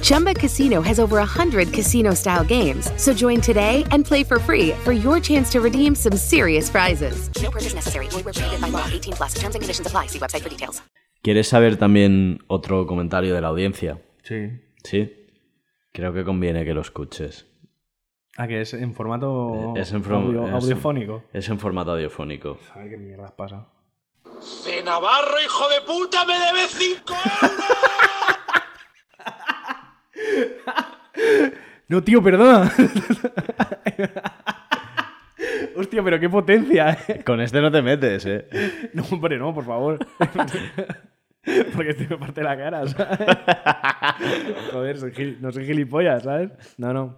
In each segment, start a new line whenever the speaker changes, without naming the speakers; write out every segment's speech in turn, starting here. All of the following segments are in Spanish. Chumba Casino has over 100 casino style games. So join today and play for free for your chance to redeem some serious prizes.
No purchase necessary. Void where prohibited by law. 18 plus. Terms and conditions apply. See website for details.
¿Quieres saber también otro comentario de la audiencia?
Sí.
Sí. Creo que conviene que lo escuches.
Ah, que es en formato
Es en form-
audio-
es-
audiofónico.
Es en formato audiofónico.
A ver qué mierdas pasa.
De Navarro, hijo de puta, me debes 5 euros.
No, tío, perdona. Hostia, pero qué potencia, eh.
Con este no te metes, ¿eh?
No, hombre, no, por favor. Porque te me parte la cara, ¿sabes? Joder, soy gil- no soy gilipollas, ¿sabes? No, no.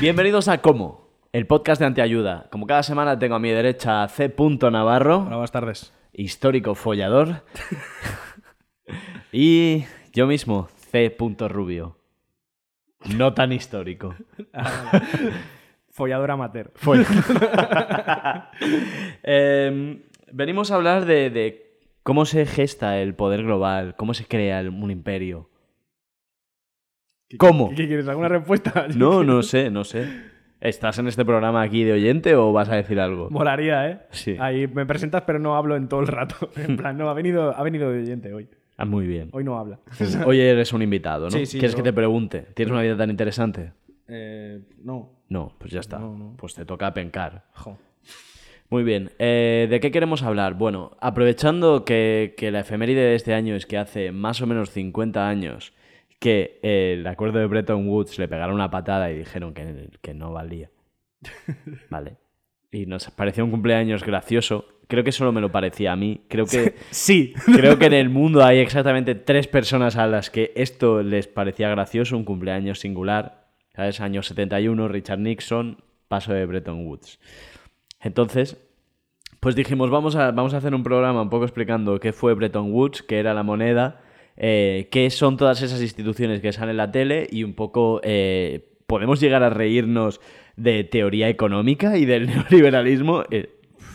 Bienvenidos a Como, el podcast de Antiayuda. Como cada semana tengo a mi derecha a C. Navarro,
buenas tardes.
histórico follador. y yo mismo, C. Rubio. No tan histórico.
Follador amateur.
Eh, venimos a hablar de, de cómo se gesta el poder global, cómo se crea el- un imperio. ¿Cómo?
¿Qué quieres? ¿Alguna respuesta?
No, no sé, no sé. ¿Estás en este programa aquí de oyente o vas a decir algo?
Molaría, ¿eh?
Sí.
Ahí me presentas, pero no hablo en todo el rato. En plan, no, ha venido, ha venido de oyente hoy.
Ah, muy bien.
Hoy no habla.
Hoy eres un invitado, ¿no?
Sí, sí,
¿Quieres
yo-
que te pregunte? ¿Tienes una vida tan interesante?
Eh, no.
No, pues ya está.
No, no.
Pues te toca pencar.
Jo.
Muy bien. eh, ¿De qué queremos hablar? Bueno, aprovechando que, que la efeméride de este año es que hace más o menos 50 años que eh, el acuerdo de Bretton Woods le pegaron una patada y dijeron que, que no valía. Vale. Y nos pareció un cumpleaños gracioso. Creo que solo me lo parecía a mí. Creo que,
Sí.
creo que en el mundo hay exactamente tres personas a las que esto les parecía gracioso, un cumpleaños singular. ¿Sabes? Año 71, Richard Nixon, paso de Bretton Woods. Entonces, pues dijimos, vamos a, vamos a hacer un programa un poco explicando qué fue Bretton Woods, qué era la moneda, eh, qué son todas esas instituciones que salen en la tele y un poco eh, podemos llegar a reírnos de teoría económica y del neoliberalismo. Eh,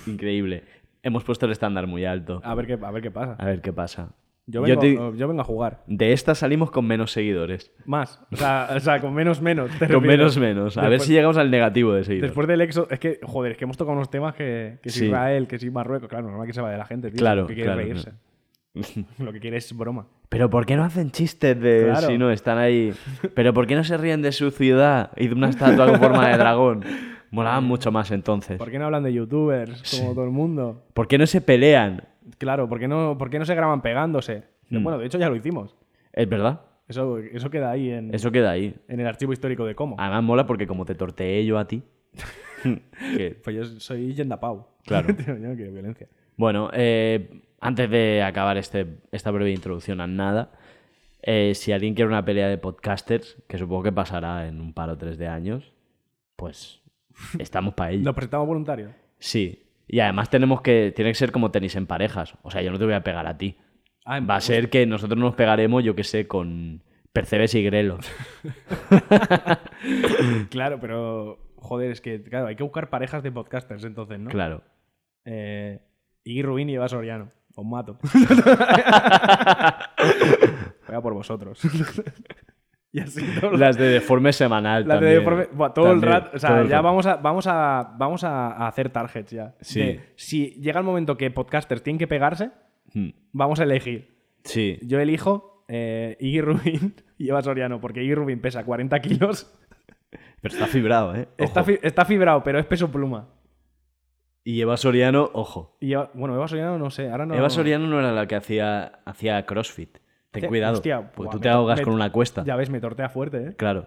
increíble. Hemos puesto el estándar muy alto.
A ver qué, a ver qué pasa.
A ver qué pasa.
Yo
Yo
vengo,
te-
yo vengo a jugar.
de esta salimos con menos seguidores.
Más. O sea, o sea, con menos menos. te
Con
refiero.
menos menos. A ver
Después-
si llegamos al negativo de seguidores.
Después del exo, es que, joder, es que hemos tocado unos temas que, que si
Sí.
Israel, que si Marruecos, claro, normal que se vaya la gente, tío.
Claro,
que quiere
claro,
reírse. Lo que quiere es broma.
Pero ¿por qué no hacen chistes de
Claro.
si no están ahí? Pero ¿por qué no se ríen de su ciudad y de una estatua con forma de dragón? Molaban mucho más entonces.
¿Por qué no hablan de youtubers como todo el mundo?
¿Por qué no se pelean?
Claro, ¿por qué no, por qué no se graban pegándose?
Mm.
Bueno, de hecho ya lo hicimos.
Es verdad.
Eso, eso queda ahí en,
Eso Ah. queda ahí.
en el archivo histórico de cómo.
Además mola porque como te torteé yo a ti. que-
Pues yo soy Yenda Pau.
Claro.
Tío, yo no quiero violencia.
Bueno, eh, antes de acabar este, esta breve introducción a nada, eh, si alguien quiere una pelea de podcasters, que supongo que pasará en un par o tres de años, pues estamos para ello.
Nos presentamos voluntarios.
Sí. Y además tenemos que. Tiene que ser como tenis en parejas. O sea, yo no te voy a pegar a ti.
Ah,
Va a ser que nosotros nos pegaremos, yo qué sé, con Percebes y Grelo.
Claro, pero joder, es que claro, hay que buscar parejas de podcasters entonces, ¿no?
Claro.
Eh, Iggy Rubín y Eva Soriano. Os mato. Voy a por vosotros. y así todo
Las de deforme semanal.
Las de
también.
deforme- Buah, todo el
También,
rato. O
todo
sea,
el
ya
rato.
vamos a, vamos a, vamos a hacer targets ya.
Sí.
De, si llega el momento que podcasters tienen que pegarse,
Mm,
vamos a elegir.
Sí.
Yo elijo eh, Iggy Rubin y Eva Soriano, porque Iggy Rubin pesa 40 kilos.
Pero está fibrado, ¿eh?
Está,
Ojo.
fi- está fibrado, pero es peso pluma.
Y Eva Soriano, ojo.
Y Eva- bueno, Eva Soriano no sé. Ahora no.
Eva Soriano no era la que hacía, hacía CrossFit. Ten
Hostia,
cuidado.
hostia,
porque
buah,
tú
me
te
to-
ahogas
me-
con una cuesta.
Ya ves, me tortea fuerte, ¿eh?
Claro.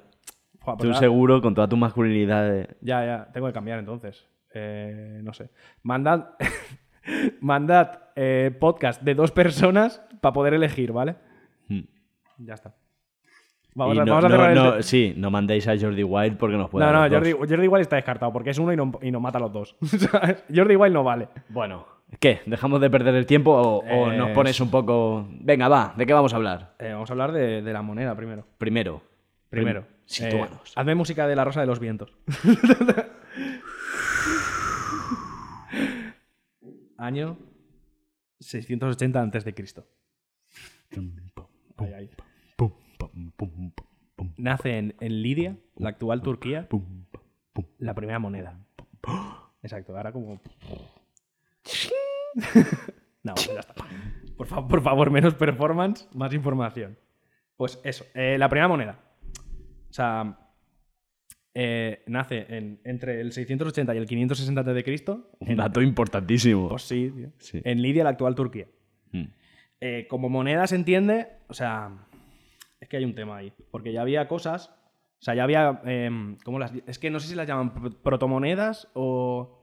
Buah, pero
Tú
ahora-
seguro, con toda tu masculinidad. eh, de-
Ya, ya, tengo que cambiar entonces. Eh, no sé. Mandad, mandad eh, podcast de dos personas para poder elegir, ¿vale?
Mm.
Ya está. Vamos,
Hmm. Y
a,
no,
vamos a
no,
cerrar
no,
el...
Sí, no mandéis a Jordi Wild porque nos puede
No,
dar
no,
los dos.
Jordi, Jordi igual está descartado porque es uno y no, y no mata a los dos. ¿Sabes? Jordi igual no vale.
Bueno, ¿qué? ¿Dejamos de perder el tiempo o, o nos
Eh,
pones un poco... Venga, va, ¿de qué vamos a hablar?
Eh, vamos a hablar de, de la moneda primero.
Primero.
Primero.
Sí,
Eh,
tú ganas.
hazme música de la rosa de los vientos. Año 680 antes de Cristo. Ahí, ahí. Nace en, en Lidia, la actual Turquía, la primera moneda. Exacto, ahora como... No, pues ya está. Por, fa- por favor, menos performance, más información. Pues eso, eh, la primera moneda. O sea, eh, nace en- entre el 680 y el 560 antes de Cristo.
Un dato importantísimo.
Pues sí, tío.
Sí.
En Lidia, la actual Turquía.
Mm.
Eh, como moneda se entiende, o sea, es que hay un tema ahí. Porque ya había cosas, o sea, ya había, em, ¿cómo las? di- Es que no sé si las llaman pr- protomonedas o...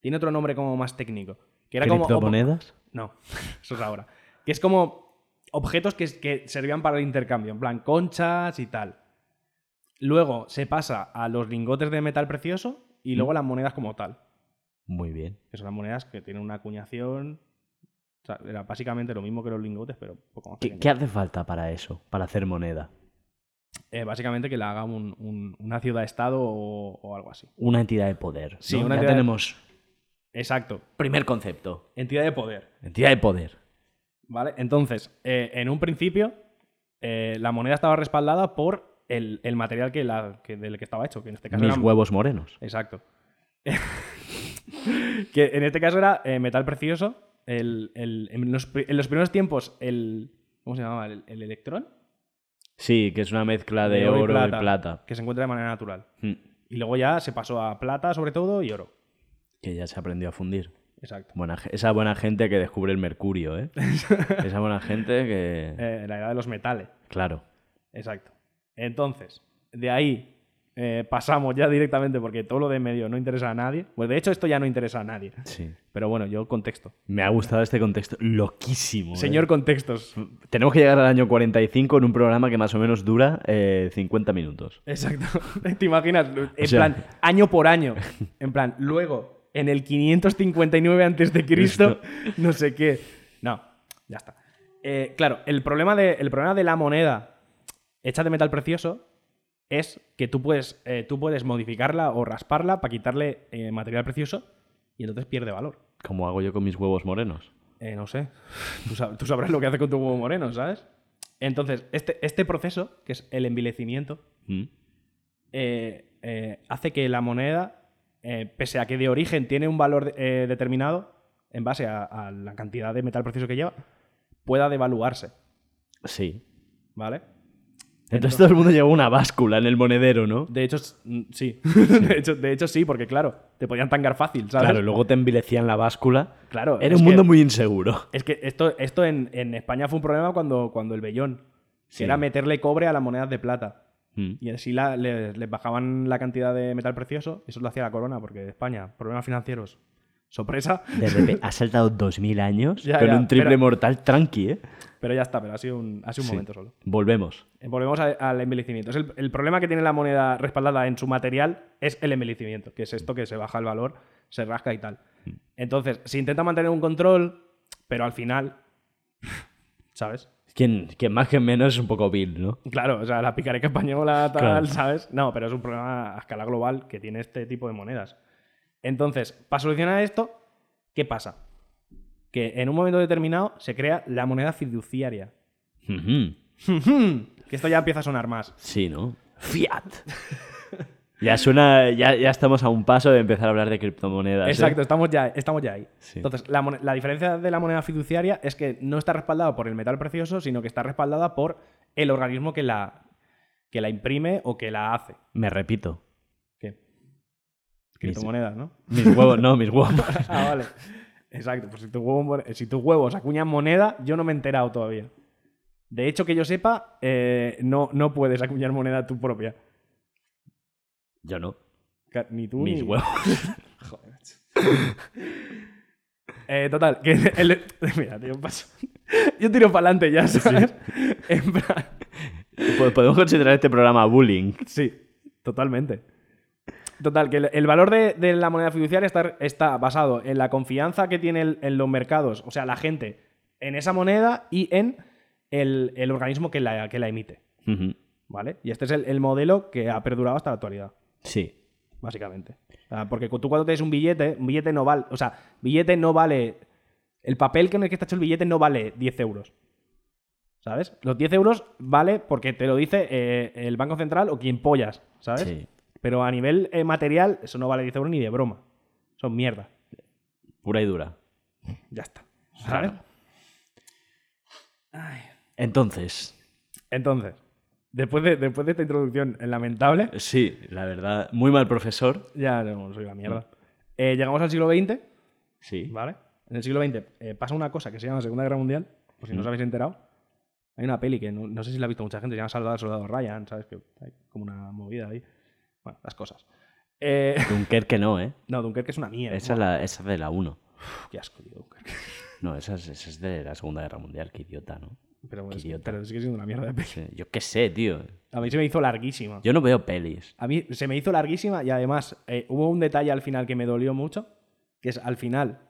Tiene otro nombre como más técnico. Que era como...
¿Criptomonedas?
No, eso es ahora. Que es como objetos que, que servían para el intercambio, en plan conchas y tal. Luego se pasa a los lingotes de metal precioso
Mm.
y luego las monedas como tal.
Muy bien.
Que son las monedas que tienen una acuñación. O sea, era básicamente lo mismo que los lingotes, pero un poco más
¿Qué,
pequeño.
qué hace falta para eso? Para hacer moneda.
Eh, básicamente que la haga un- un- una ciudad-estado o, o algo así.
Una entidad de poder.
Sí,
¿no?
una
ya
entidad de-
tenemos...
Exacto.
Primer concepto.
Entidad de poder.
Entidad de poder.
¿Vale? Entonces, eh, en un principio, eh, la moneda estaba respaldada por el, el material que la, que- del que estaba hecho, que en este caso
Mis
eran-
huevos morenos.
Exacto. que en este caso era eh, metal precioso. El- el- en, los, pri- en los primeros tiempos, el. ¿Cómo se llamaba? ¿El, el electrón?
Sí, que es una mezcla de,
De
oro, y plata.
Que se encuentra de manera natural.
Mm.
Y luego ya se pasó a plata, sobre todo, y oro.
Que ya se aprendió a fundir.
Exacto.
Buena ge- esa buena gente que descubre el mercurio, ¿eh? esa buena gente que...
Eh, la edad de los metales.
Claro.
Exacto. Entonces, de ahí eh, pasamos ya directamente, porque todo lo de en medio no interesa a nadie. Pues de hecho, esto ya no interesa a nadie.
Sí.
Pero bueno, yo contexto.
Me ha gustado este contexto. Loquísimo. ¿eh?
Señor contextos.
Tenemos que llegar al año 45 en un programa que más o menos dura eh, 50 minutos.
Exacto. ¿Te imaginas? En
O sea-
plan, año por año. En plan, luego, en el 559 antes de Cristo, no sé qué. No, ya está. Eh, claro, el problema, de, el problema de la moneda hecha de metal precioso es que tú puedes, eh, tú puedes modificarla o rasparla para quitarle eh, material precioso y entonces pierde valor.
Como hago yo con mis huevos morenos.
Eh, no sé. Tú, sab- tú sabrás lo que hace con tu huevo moreno, ¿sabes? Entonces, este, este proceso, que es el envilecimiento,
¿Mm?
eh, eh, hace que la moneda, eh, pese a que de origen tiene un valor eh, determinado, en base a, a la cantidad de metal preciso que lleva, pueda devaluarse,
Sí.
¿vale?
Entonces todo el mundo llevó una báscula en el monedero, ¿no?
De hecho, s- mm, sí. De, hecho, de hecho, sí, porque claro, te podían tangar fácil, ¿sabes?
Claro, luego te envilecían la báscula.
Claro,
Era
es
un mundo
que-
muy inseguro.
Es que esto, esto en, en España fue un problema cuando, cuando el vellón, que
Sí.
era meterle cobre a las monedas de plata.
¿Mm?
Y así la- le- les, bajaban la cantidad de metal precioso, y eso lo hacía la corona, porque España, problemas financieros, sorpresa.
De repente, has saltado 2000 años
Ya,
con
ya,
un triple
pero-
mortal tranqui, ¿eh?
Pero ya está, pero ha sido un, ha sido un
Sí.
momento solo.
Volvemos.
Eh, Volvemos a- al envilecimiento. Es el, el problema que tiene la moneda respaldada en su material es el envilecimiento, que es esto que se baja el valor, se rasca y tal.
Mm.
Entonces, se intenta mantener un control, pero al final, ¿sabes?
Quien, quien más que menos es un poco vil, ¿no?
Claro, o sea, la picareca española, tal,
Claro.
¿sabes? No, pero es un problema a escala global que tiene este tipo de monedas. Entonces, para solucionar esto, ¿qué pasa? Que en un momento determinado se crea la moneda fiduciaria.
Ujú.
Que esto ya empieza a sonar más.
Sí, ¿no? Fiat. ya suena, ya, ya estamos a un paso de empezar a hablar de criptomonedas. ¿eh?
Exacto, estamos ya, estamos ya ahí.
Sí.
Entonces, la, mon- la diferencia de la moneda fiduciaria es que no está respaldada por el metal precioso, sino que está respaldada por el organismo que la, que la imprime o que la hace.
Me repito.
¿Qué? Criptomonedas, ¿no?
Mis huevos, no, mis huevos.
Ah, vale. Exacto, pues si, tu huevo more- si tus huevos acuñan moneda, yo no me he enterado todavía. De hecho, que yo sepa, eh, no, no puedes acuñar moneda tu propia.
Yo no.
Ca- Ni tú
Mis
ni-
huevos.
Eh, total, que el- Mira, tío, paso. Yo tiro para adelante ya, ¿sabes? En plan,
Pues podemos considerar este programa bullying.
Sí, totalmente. Total, que el, el valor de, de la moneda fiduciaria está, está basado en la confianza que tiene el- en los mercados, o sea, la gente, en esa moneda y en el, el organismo que la, que la emite.
Ujú.
¿Vale? Y este es el, el modelo que ha perdurado hasta la actualidad,
Sí.
básicamente. Ah, Porque cu- tú cuando tienes un billete, un billete no vale. O sea, billete no vale. El papel con el que está hecho el billete no vale 10 euros. ¿Sabes? Los 10 euros vale porque te lo dice eh, el Banco Central o quien pollas, ¿sabes?
Sí.
Pero a nivel eh, material, eso no vale 10 euros ni de broma. Son mierda.
Pura y dura.
Ya está. ¿Sabes?
Entonces,
Entonces, después de, después de esta introducción lamentable,
sí, la verdad, muy mal profesor.
ya no soy la mierda. Eh, llegamos al siglo XX.
Sí.
¿Vale? En el siglo XX eh, pasa una cosa que se llama Segunda Guerra Mundial, por si
Mm.
no os habéis enterado. Hay una peli que no, no sé si la ha visto mucha gente, se llama Soldado al Soldado Ryan, ¿sabes? Que hay como una movida ahí. Bueno, las cosas. Eh,
Dunkerque no, ¿eh?
no, Dunkerque es una mierda.
Esa es, la, esa es de la 1.
Uf, qué asco, tío, Dunkerque.
No, esa es, esa es de la Segunda Guerra Mundial, qué idiota, ¿no?
Pero,
Qué
es,
idiota.
pero sigue siendo una mierda de peli.
Sí, Yo qué sé, tío.
A mí se me hizo larguísima.
Yo no veo pelis.
A mí se me hizo larguísima y además eh, hubo un detalle al final que me dolió mucho, que es al final,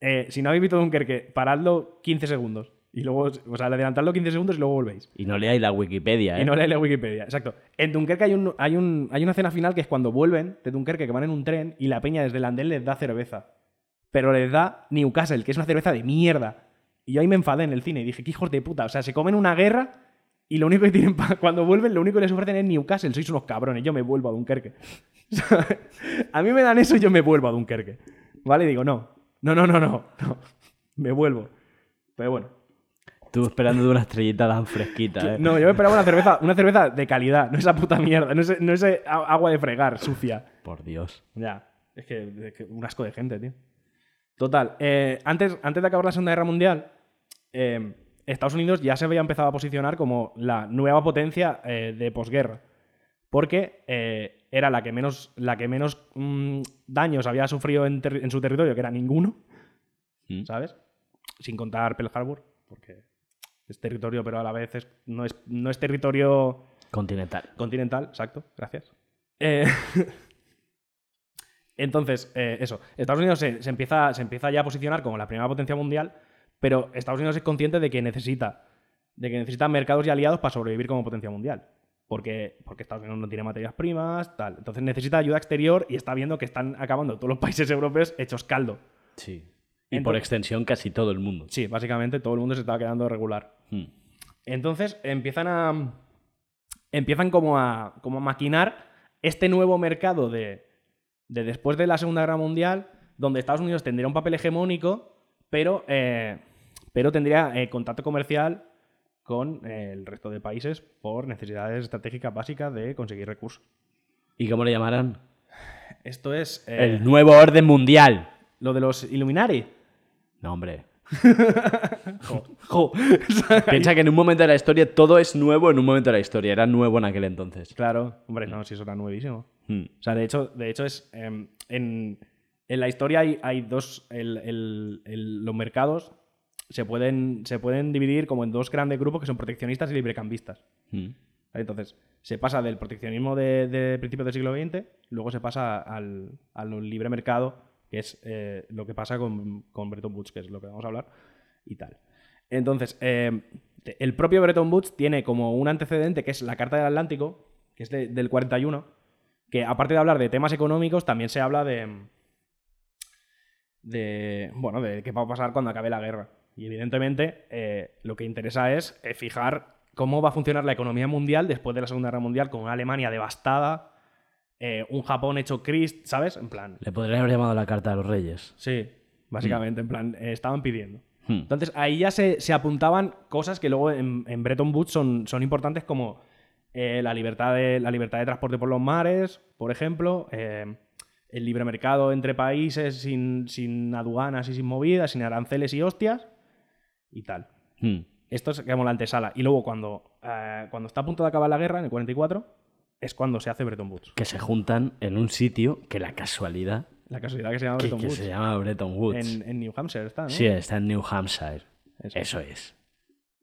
eh, si no habéis visto Dunkerque, paradlo 15 segundos. Y luego, o sea, adelantadlo 15 segundos y luego volvéis.
Y no leáis la Wikipedia, ¿eh?
Y no lees la Wikipedia, exacto. En Dunkerque hay, un, hay, un, hay una escena final que es cuando vuelven de Dunkerque, que van en un tren y la peña desde el andén les da cerveza. Pero les da Newcastle, que es una cerveza de mierda. Y yo ahí me enfadé en el cine y dije, qué hijos de puta. O sea, se comen una guerra y lo único que tienen pa- cuando vuelven, lo único que les ofrecen es Newcastle. Sois unos cabrones, yo me vuelvo a Dunkerque. O sea, a mí me dan eso y yo me vuelvo a Dunkerque. ¿Vale? Y digo, no, no, no, no, no, no. Me vuelvo. Pero bueno,
Tú esperando de una estrellita tan fresquita, ¿eh?
no, yo me esperaba una cerveza, una cerveza de calidad, no esa puta mierda, no ese, no ese a- agua de fregar sucia.
Por Dios.
Ya, es que, es que un asco de gente, tío. Total, eh, antes, antes de acabar la Segunda Guerra Mundial, eh, Estados Unidos ya se había empezado a posicionar como la nueva potencia eh, de posguerra, porque eh, era la que menos, la que menos mm, daños había sufrido en, terri- en su territorio, que era ninguno,
Mm.
¿sabes? Sin contar Pearl Harbor, porque es territorio, pero a la vez es- no, es, no es territorio
Continental.
continental, exacto, gracias. Eh, Entonces, eh, eso, Estados Unidos se, se empieza, se empieza ya a posicionar como la primera potencia mundial, pero Estados Unidos es consciente de que necesita, de que necesita mercados y aliados para sobrevivir como potencia mundial. Porque, porque Estados Unidos no tiene materias primas, tal. Entonces necesita ayuda exterior y está viendo que están acabando todos los países europeos hechos caldo.
Sí. Y por
Entonces-
extensión casi todo el mundo.
Sí, básicamente todo el mundo se estaba quedando regular.
Mm.
Entonces empiezan a. Empiezan como a, como a maquinar este nuevo mercado de, de después de la Segunda Guerra Mundial, donde Estados Unidos tendría un papel hegemónico, pero, eh, pero tendría eh, contacto comercial con eh, el resto de países por necesidades estratégicas básicas de conseguir recursos.
¿Y cómo le llamarán?
Esto es eh,
El nuevo orden mundial.
lo de los Illuminati.
No, hombre.
Jo.
Piensa que en un momento de la historia todo es nuevo en un momento de la historia. Era nuevo en aquel entonces.
claro, hombre, no, si eso era nuevísimo.
Mm.
O sea, de hecho, de hecho es. em, en, en la historia hay, hay dos. el- el- el- los mercados se pueden, se pueden dividir como en dos grandes grupos que son proteccionistas y librecambistas.
Mm.
Entonces, se pasa del proteccionismo de, de principios del siglo XX, luego se pasa al, al libre mercado, que es eh, lo que pasa con, con Bretton Woods, que es lo que vamos a hablar, y tal. Entonces, eh, te- el propio Bretton Woods tiene como un antecedente que es la Carta del Atlántico, que es de- del 41, que aparte de hablar de temas económicos, también se habla de, de bueno de qué va a pasar cuando acabe la guerra y evidentemente eh, lo que interesa es eh, fijar cómo va a funcionar la economía mundial después de la segunda guerra mundial con una Alemania devastada eh, un Japón hecho Christ sabes en plan
Le podrían haber llamado la carta de los reyes.
sí básicamente en plan eh, estaban pidiendo
Hmm.
entonces ahí ya se, se apuntaban cosas que luego en, en Bretton Woods son, son importantes como eh, la, libertad de, la libertad de transporte por los mares, por ejemplo, eh, el libre mercado entre países sin, sin aduanas y sin movidas, sin aranceles y hostias y tal.
Hmm.
Esto es como la antesala. Y luego cuando, eh, cuando está a punto de acabar la guerra, en el 44, es cuando se hace Bretton Woods.
Que se juntan en un sitio que la casualidad
La casualidad que se llama
que,
Bretton
que
Woods.
se llama Bretton Woods.
En, en New Hampshire está, ¿no?
Sí, está en New Hampshire.
Eso.
Eso es.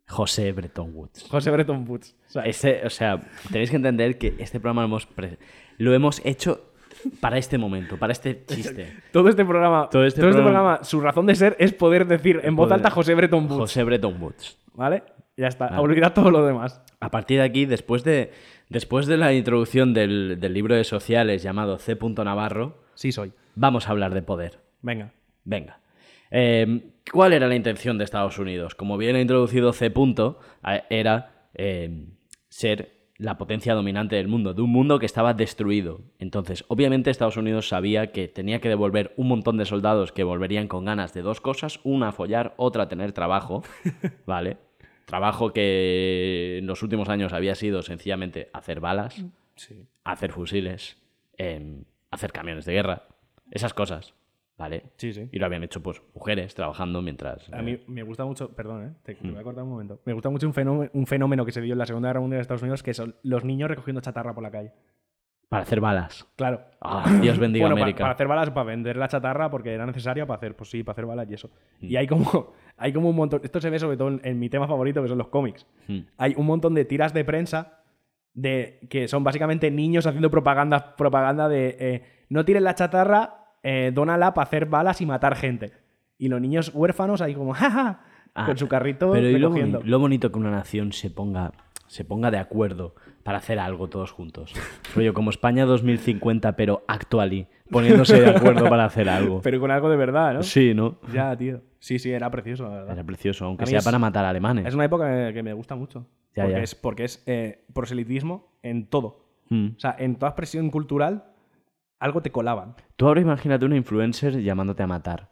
José Bretton Woods.
José Bretton Woods. O sea,
Este, o sea, tenéis que entender que este programa lo hemos, pre- lo hemos hecho para este momento, para este chiste.
todo este programa,
Todo este
programa,
programa-
su razón de ser es poder decir en voz
Poder-
alta José Bretton Woods.
José Bretton Woods.
¿Vale? Ya está. Olvidad todo lo demás.
A partir de aquí, después de, después de la introducción del, del libro de sociales llamado C. Navarro,
Sí, soy.
vamos a hablar de poder.
Venga.
Venga. Eh, ¿Cuál era la intención de Estados Unidos? Como bien ha introducido C. punto, a- era eh, ser la potencia dominante del mundo, de un mundo que estaba destruido. Entonces, obviamente Estados Unidos sabía que tenía que devolver un montón de soldados que volverían con ganas de dos cosas, una a follar, otra a tener trabajo, ¿vale? Trabajo que en los últimos años había sido sencillamente hacer balas, hacer fusiles, em, hacer camiones de guerra, esas cosas, ¿vale?
Sí, sí.
Y lo habían hecho, pues, mujeres trabajando mientras. eh,
A mí me gusta mucho, perdón, ¿eh? te, te
Mm.
voy a cortar un momento. Me gusta mucho un fenómeno, un fenómeno que se dio en la Segunda Guerra Mundial de Estados Unidos, que son los niños recogiendo chatarra por la calle.
Para hacer balas.
Claro.
Ah, Dios bendiga
Bueno, pa-
América.
Para, hacer balas, para vender la chatarra, porque era necesaria para hacer, pues sí, para hacer balas y eso.
Mm.
Y hay como, hay como un montón. Esto se ve sobre todo en, en mi tema favorito, que son los cómics.
Hmm.
Hay un montón de tiras de prensa de que son básicamente niños haciendo propaganda, propaganda de eh, no tires la chatarra, eh, dónala para hacer balas y matar gente. Y los niños huérfanos ahí como, jaja,
Ah,
con su carrito
Pero y lo,
recogiendo.
boni- lo bonito que una nación se ponga, se ponga de acuerdo para hacer algo todos juntos. Rollo, como España 2050, pero actually, poniéndose de acuerdo para hacer algo.
Pero con algo de verdad, ¿no?
Sí, ¿no?
Ya, tío. Sí, sí, era precioso, la verdad.
Era precioso, aunque
A mí
sea
es-
para matar a alemanes.
Es una época que- que me gusta mucho.
Ya,
porque,
ya.
Es, porque es eh, proselitismo en todo.
Mm.
O sea, en toda expresión cultural, algo te colaban.
Tú ahora imagínate una influencer llamándote a matar.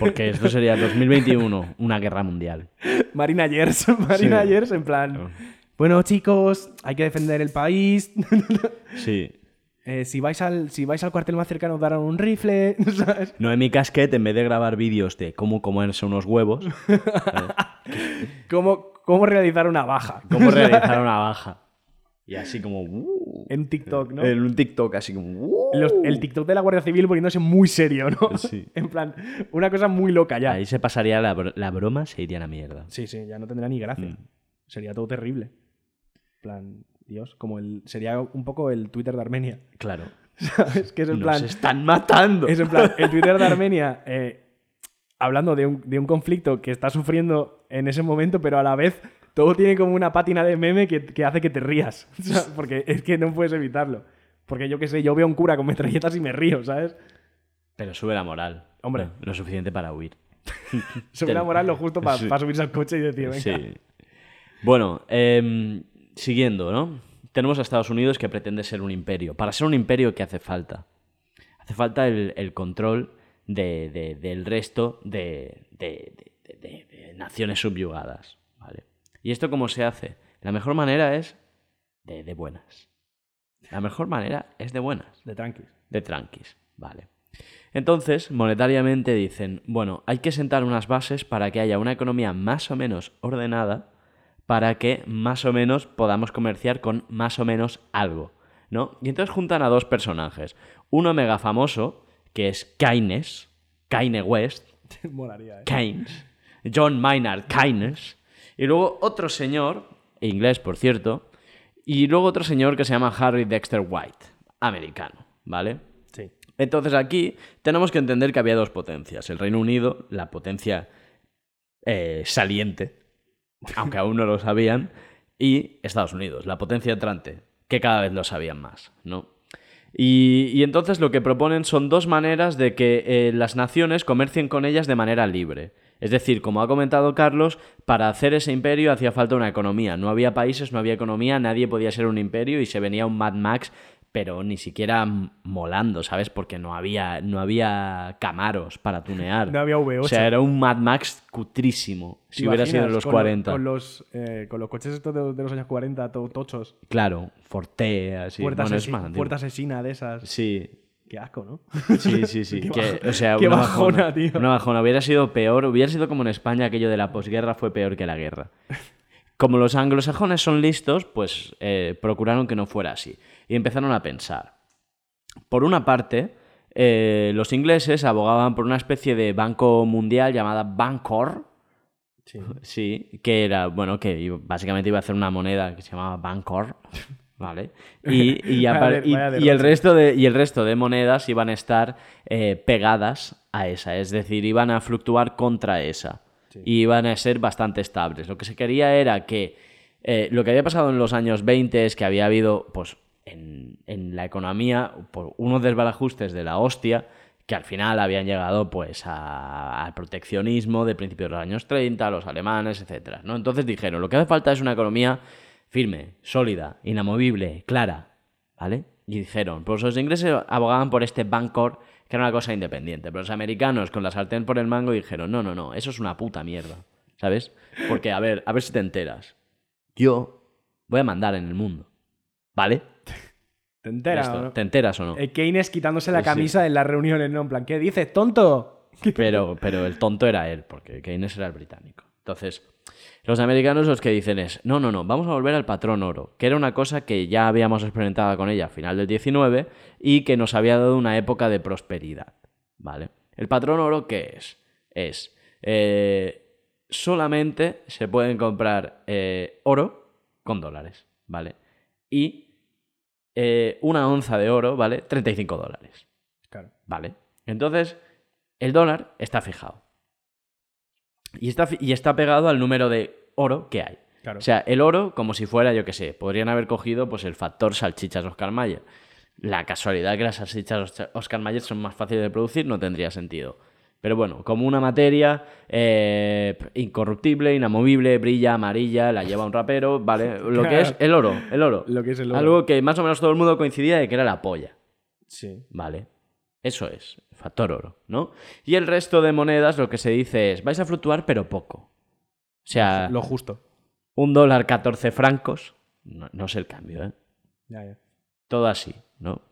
Porque esto sería 2021, una guerra mundial.
Marina Yers, Marina Yers, en plan. Bueno, chicos, hay que defender el país.
Sí.
Eh, si, vais al, si vais al cuartel más cercano, os darán un rifle. ¿sabes?
Noemi Casquet, en vez de grabar vídeos de cómo comerse unos huevos,
¿Cómo, ¿Cómo realizar una baja?
cómo realizar una baja. Y así como... uh,
En TikTok, ¿no?
En un TikTok, así como... uh.
Los- el TikTok de la Guardia Civil poniéndose muy serio, ¿no?
Sí.
En plan, una cosa muy loca ya.
Ahí se pasaría la, br- la broma, se iría a la mierda. Mm,
Sí, sí, ya no tendría ni gracia. Sería todo terrible. En plan, Dios, como el. Sería un poco el Twitter de Armenia.
Claro.
¿Sabes? Que es en
Nos
plan.
están matando.
Es en plan, el Twitter de Armenia eh, hablando de un, de un conflicto que está sufriendo en ese momento, pero a la vez todo tiene como una pátina de meme que, que hace que te rías. O sea, porque es que no puedes evitarlo. Porque yo qué sé, yo veo a un cura con metralletas y me río, ¿sabes?
Pero sube la moral.
Hombre.
Lo, lo suficiente para huir.
Sube la moral lo justo para subirse al coche y decir, venga.
Sí. Bueno, em, siguiendo, ¿no? Tenemos a Estados Unidos que pretende ser un imperio. Para ser un imperio, ¿qué hace falta? Hace falta el, el control de- de- del resto de, de- de- de- de- de naciones subyugadas. ¿vale? ¿Y esto cómo se hace? La mejor manera es de, de buenas. La mejor manera es de buenas,
De tranquis.
de tranquis. ¿vale? Entonces, monetariamente dicen, bueno, hay que sentar unas bases para que haya una economía más o menos ordenada, para que más o menos podamos comerciar con más o menos algo, ¿no? Y entonces juntan a dos personajes. Uno mega famoso, que es Keynes, Kanye West,
Molaría, ¿eh?
Keynes, John Maynard Keynes, y luego otro señor, inglés por cierto, y luego otro señor que se llama Harry Dexter White, americano, ¿vale?
Sí.
Entonces aquí tenemos que entender que había dos potencias. El Reino Unido, la potencia eh, saliente, aunque aún no lo sabían, y Estados Unidos, la potencia entrante, que cada vez lo sabían más, ¿no? Y, y entonces lo que proponen son dos maneras de que eh, las naciones comercien con ellas de manera libre. Es decir, como ha comentado Carlos, para hacer ese imperio hacía falta una economía. No había países, no había economía, nadie podía ser un imperio y se venía un Mad Max, pero ni siquiera m- molando, ¿sabes? Porque no había, no había camaros para tunear.
No había V8.
O sea, era un Mad Max cutrísimo, si
¿Te
hubiera sido en
imaginas
los
con
40.
Con los, eh, con los coches estos de, de los años 40, todo tochos.
Claro, Forte, así.
puerta,
bueno, es
asesi-
más antiguo.
puerta asesina de esas.
Sí,
Qué asco, ¿no?
Sí, sí, sí.
Qué
Que, o sea,
qué
una
bajona, tío.
Una bajona. Hubiera sido peor, hubiera sido como en España, aquello de la posguerra fue peor que la guerra. Como los anglosajones son listos, pues eh, procuraron que no fuera así. Y empezaron a pensar. Por una parte, eh, los ingleses abogaban por una especie de banco mundial llamada Bancor,
Sí.
Sí, que era, bueno, que iba- básicamente iba a hacer una moneda que se llamaba Bancor, ¿vale? Y, y
Vaya
apar-
de-
y-
vaya
y el
derroche.
resto de, y el resto de monedas iban a estar eh, pegadas a esa, es decir, iban a fluctuar contra esa. Y iban a ser bastante estables. Lo que se quería era que eh, lo que había pasado en los años 20 es que había habido, pues, en, en la economía, por unos desbarajustes de la hostia, que al final habían llegado pues a- al proteccionismo de principios de los años 30, los alemanes, etcétera, ¿no? Entonces dijeron, lo que hace falta es una economía firme, sólida, inamovible, clara, ¿vale? Y dijeron, pues los ingleses abogaban por este Bancor, que era una cosa independiente, pero los americanos con la sartén por el mango dijeron, no, no, no, eso es una puta mierda, ¿sabes? Porque, a ver, a ver si te enteras, yo voy a mandar en el mundo, ¿vale?
¿Te enteras?
Esto,
o no?
¿Te enteras o no?
Eh, Keynes quitándose la
Sí, sí.
camisa en las reuniones, ¿no? En plan, ¿qué dices, tonto?
Pero, pero el tonto era él, porque Keynes era el británico. Entonces, los americanos los que dicen es, no, no, no, vamos a volver al patrón oro, que era una cosa que ya habíamos experimentado con ella a final del 19 y que nos había dado una época de prosperidad, ¿vale? El patrón oro, ¿qué es? Es, eh, solamente se pueden comprar eh, oro con dólares, ¿vale? Y eh, una onza de oro, ¿vale? 35 dólares.
Claro.
Vale. Entonces, el dólar está fijado. Y está, fi- y está pegado al número de oro que hay.
Claro.
O sea, el oro, como si fuera, yo qué sé, podrían haber cogido pues el factor salchichas Oscar Mayer. La casualidad que las salchichas Oscha- Oscar Mayer son más fáciles de producir no tendría sentido. Pero bueno, como una materia eh, incorruptible, inamovible, brilla, amarilla, la lleva un rapero, ¿vale? Lo que es el oro, el oro.
Lo que es el oro.
Algo que más o menos todo el mundo coincidía de que era la polla.
Sí.
Vale. Eso es, factor oro, ¿no? Y el resto de monedas lo que se dice es, vais a fluctuar pero poco. O sea,
Lo justo.
un dólar 14 francos, no, no es el cambio, ¿eh?
Ya, ya.
Todo así, ¿no?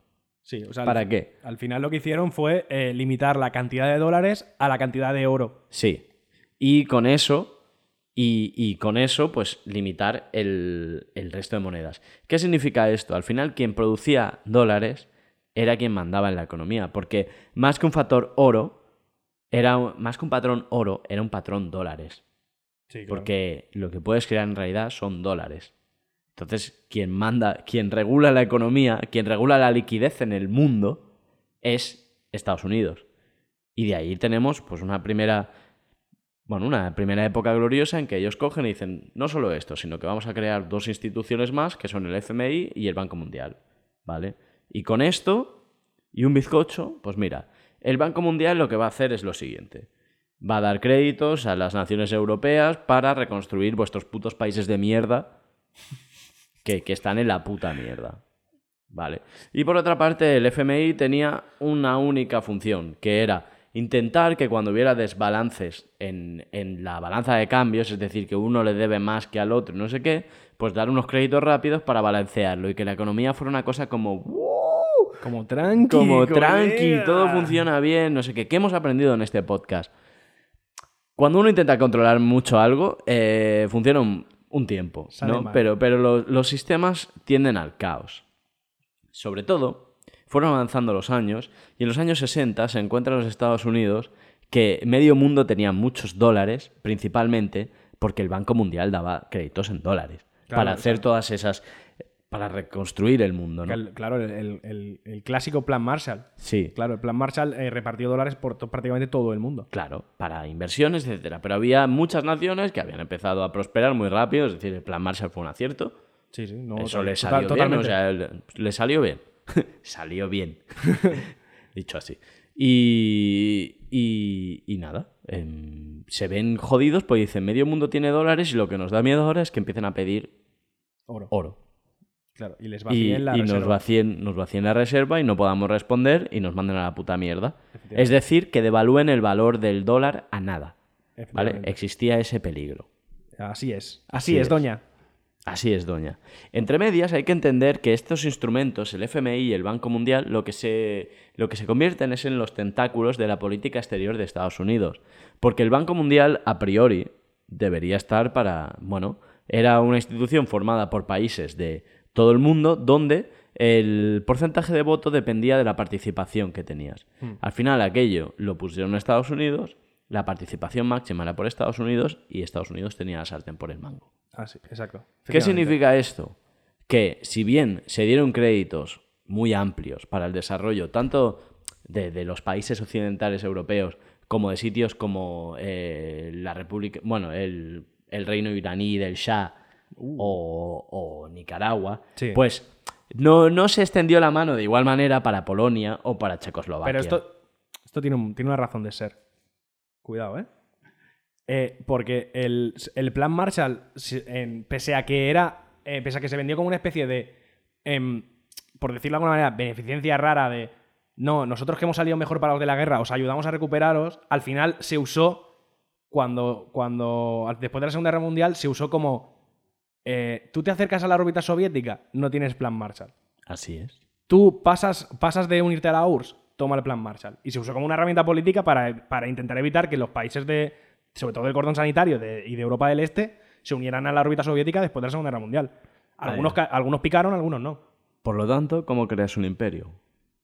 Sí, o sea, al-
¿Para qué?
Al final lo que hicieron fue eh, limitar la cantidad de dólares a la cantidad de oro.
Sí. Y con eso, y, y con eso, pues limitar el, el resto de monedas. ¿Qué significa esto? Al final, quien producía dólares era quien mandaba en la economía, porque más que un factor oro, era un- más que un patrón oro, era un patrón dólares.
Sí,
Porque lo que puedes crear en realidad son dólares. Entonces, quien manda, quien regula la economía, quien regula la liquidez en el mundo es Estados Unidos. Y de ahí tenemos pues una primera bueno, una primera época gloriosa en que ellos cogen y dicen, no solo esto, sino que vamos a crear dos instituciones más, que son el FMI y el Banco Mundial, ¿vale? Y con esto y un bizcocho, pues mira, el Banco Mundial lo que va a hacer es lo siguiente. Va a dar créditos a las naciones europeas para reconstruir vuestros putos países de mierda que, que están en la puta mierda. Vale. Y por otra parte, el FMI tenía una única función, que era intentar que cuando hubiera desbalances en, en la balanza de cambios, es decir, que uno le debe más que al otro, no sé qué, pues dar unos créditos rápidos para balancearlo y que la economía fuera una cosa como... "Wow,
Como tranqui.
como
colega.
tranqui, todo funciona bien, no sé qué. ¿Qué hemos aprendido en este podcast? Cuando uno intenta controlar mucho algo, eh, funciona un, un tiempo,
Sale
¿no?
mal.
Pero, pero lo- los sistemas tienden al caos. Sobre todo, fueron avanzando los años y en los años 60 se encuentra en los Estados Unidos que medio mundo tenía muchos dólares, principalmente porque el Banco Mundial daba créditos en dólares
Claro,
para
o
hacer todas esas... para reconstruir el mundo, ¿no?
Cal- Claro, el, el- el- el clásico plan Marshall.
Sí.
Claro, el plan Marshall eh, repartió dólares por to- prácticamente todo el mundo.
Claro, para inversiones, etcétera. Pero había muchas naciones que habían empezado a prosperar muy rápido, es decir, el plan Marshall fue un acierto.
Sí, sí. No,
Eso
total-
le
total-
salió bien, o
totalmente.
sea, el- le salió bien. salió bien. Dicho así. Y, y, y nada, em, se ven jodidos, pues dicen, medio mundo tiene dólares y lo que nos da miedo ahora es que empiecen a pedir
Oro.
oro.
Claro, y les
Y,
vacíen la
y nos,
reserva.
vacíen, nos vacíen la reserva y no podamos responder y nos manden a la puta mierda. Es decir, que devalúen el valor del dólar a nada. ¿Vale?
Efectivamente.
Existía ese peligro.
Así es. Así,
Así
es,
es.
doña.
Así es, doña. Entre medias hay que entender que estos instrumentos, el FMI y el Banco Mundial, lo que se, lo que se convierten es en los tentáculos de la política exterior de Estados Unidos. Porque el Banco Mundial, a priori, debería estar para, bueno, era una institución formada por países de todo el mundo donde el porcentaje de voto dependía de la participación que tenías. Al final aquello lo pusieron en Estados Unidos la participación máxima era por Estados Unidos y Estados Unidos tenía la sartén por el mango.
Ah, sí, exacto.
¿Qué
Efectivamente.
significa esto? Que si bien se dieron créditos muy amplios para el desarrollo, tanto de, de los países occidentales europeos como de sitios como eh, la República, bueno, el, el reino iraní del Shah o, o Nicaragua,
Uh. Sí.
pues no, no se extendió la mano de igual manera para Polonia o para Checoslovaquia.
Pero esto, esto tiene, un- tiene una razón de ser. Cuidado, ¿eh? Eh, porque el, el plan Marshall, si- en- pese a que era. eh, pese a que se vendió como una especie de. em, por decirlo de alguna manera, beneficencia rara de. No, nosotros que hemos salido mejor parados de la guerra, os ayudamos a recuperaros. Al final se usó. Cuando. cuando al- después de la Segunda Guerra Mundial, se usó como. eh, tú te acercas a la órbita soviética, no tienes plan Marshall.
Así es.
Tú pasas, pasas de unirte a la URSS, toma el plan Marshall. Y se usó como una herramienta política para, para intentar evitar que los países de, sobre todo del cordón sanitario de- y de Europa del Este, se unieran a la órbita soviética después de la Segunda Guerra Mundial.
Ah,
Algunos, ca- algunos picaron, algunos no.
Por lo tanto, ¿cómo creas un imperio?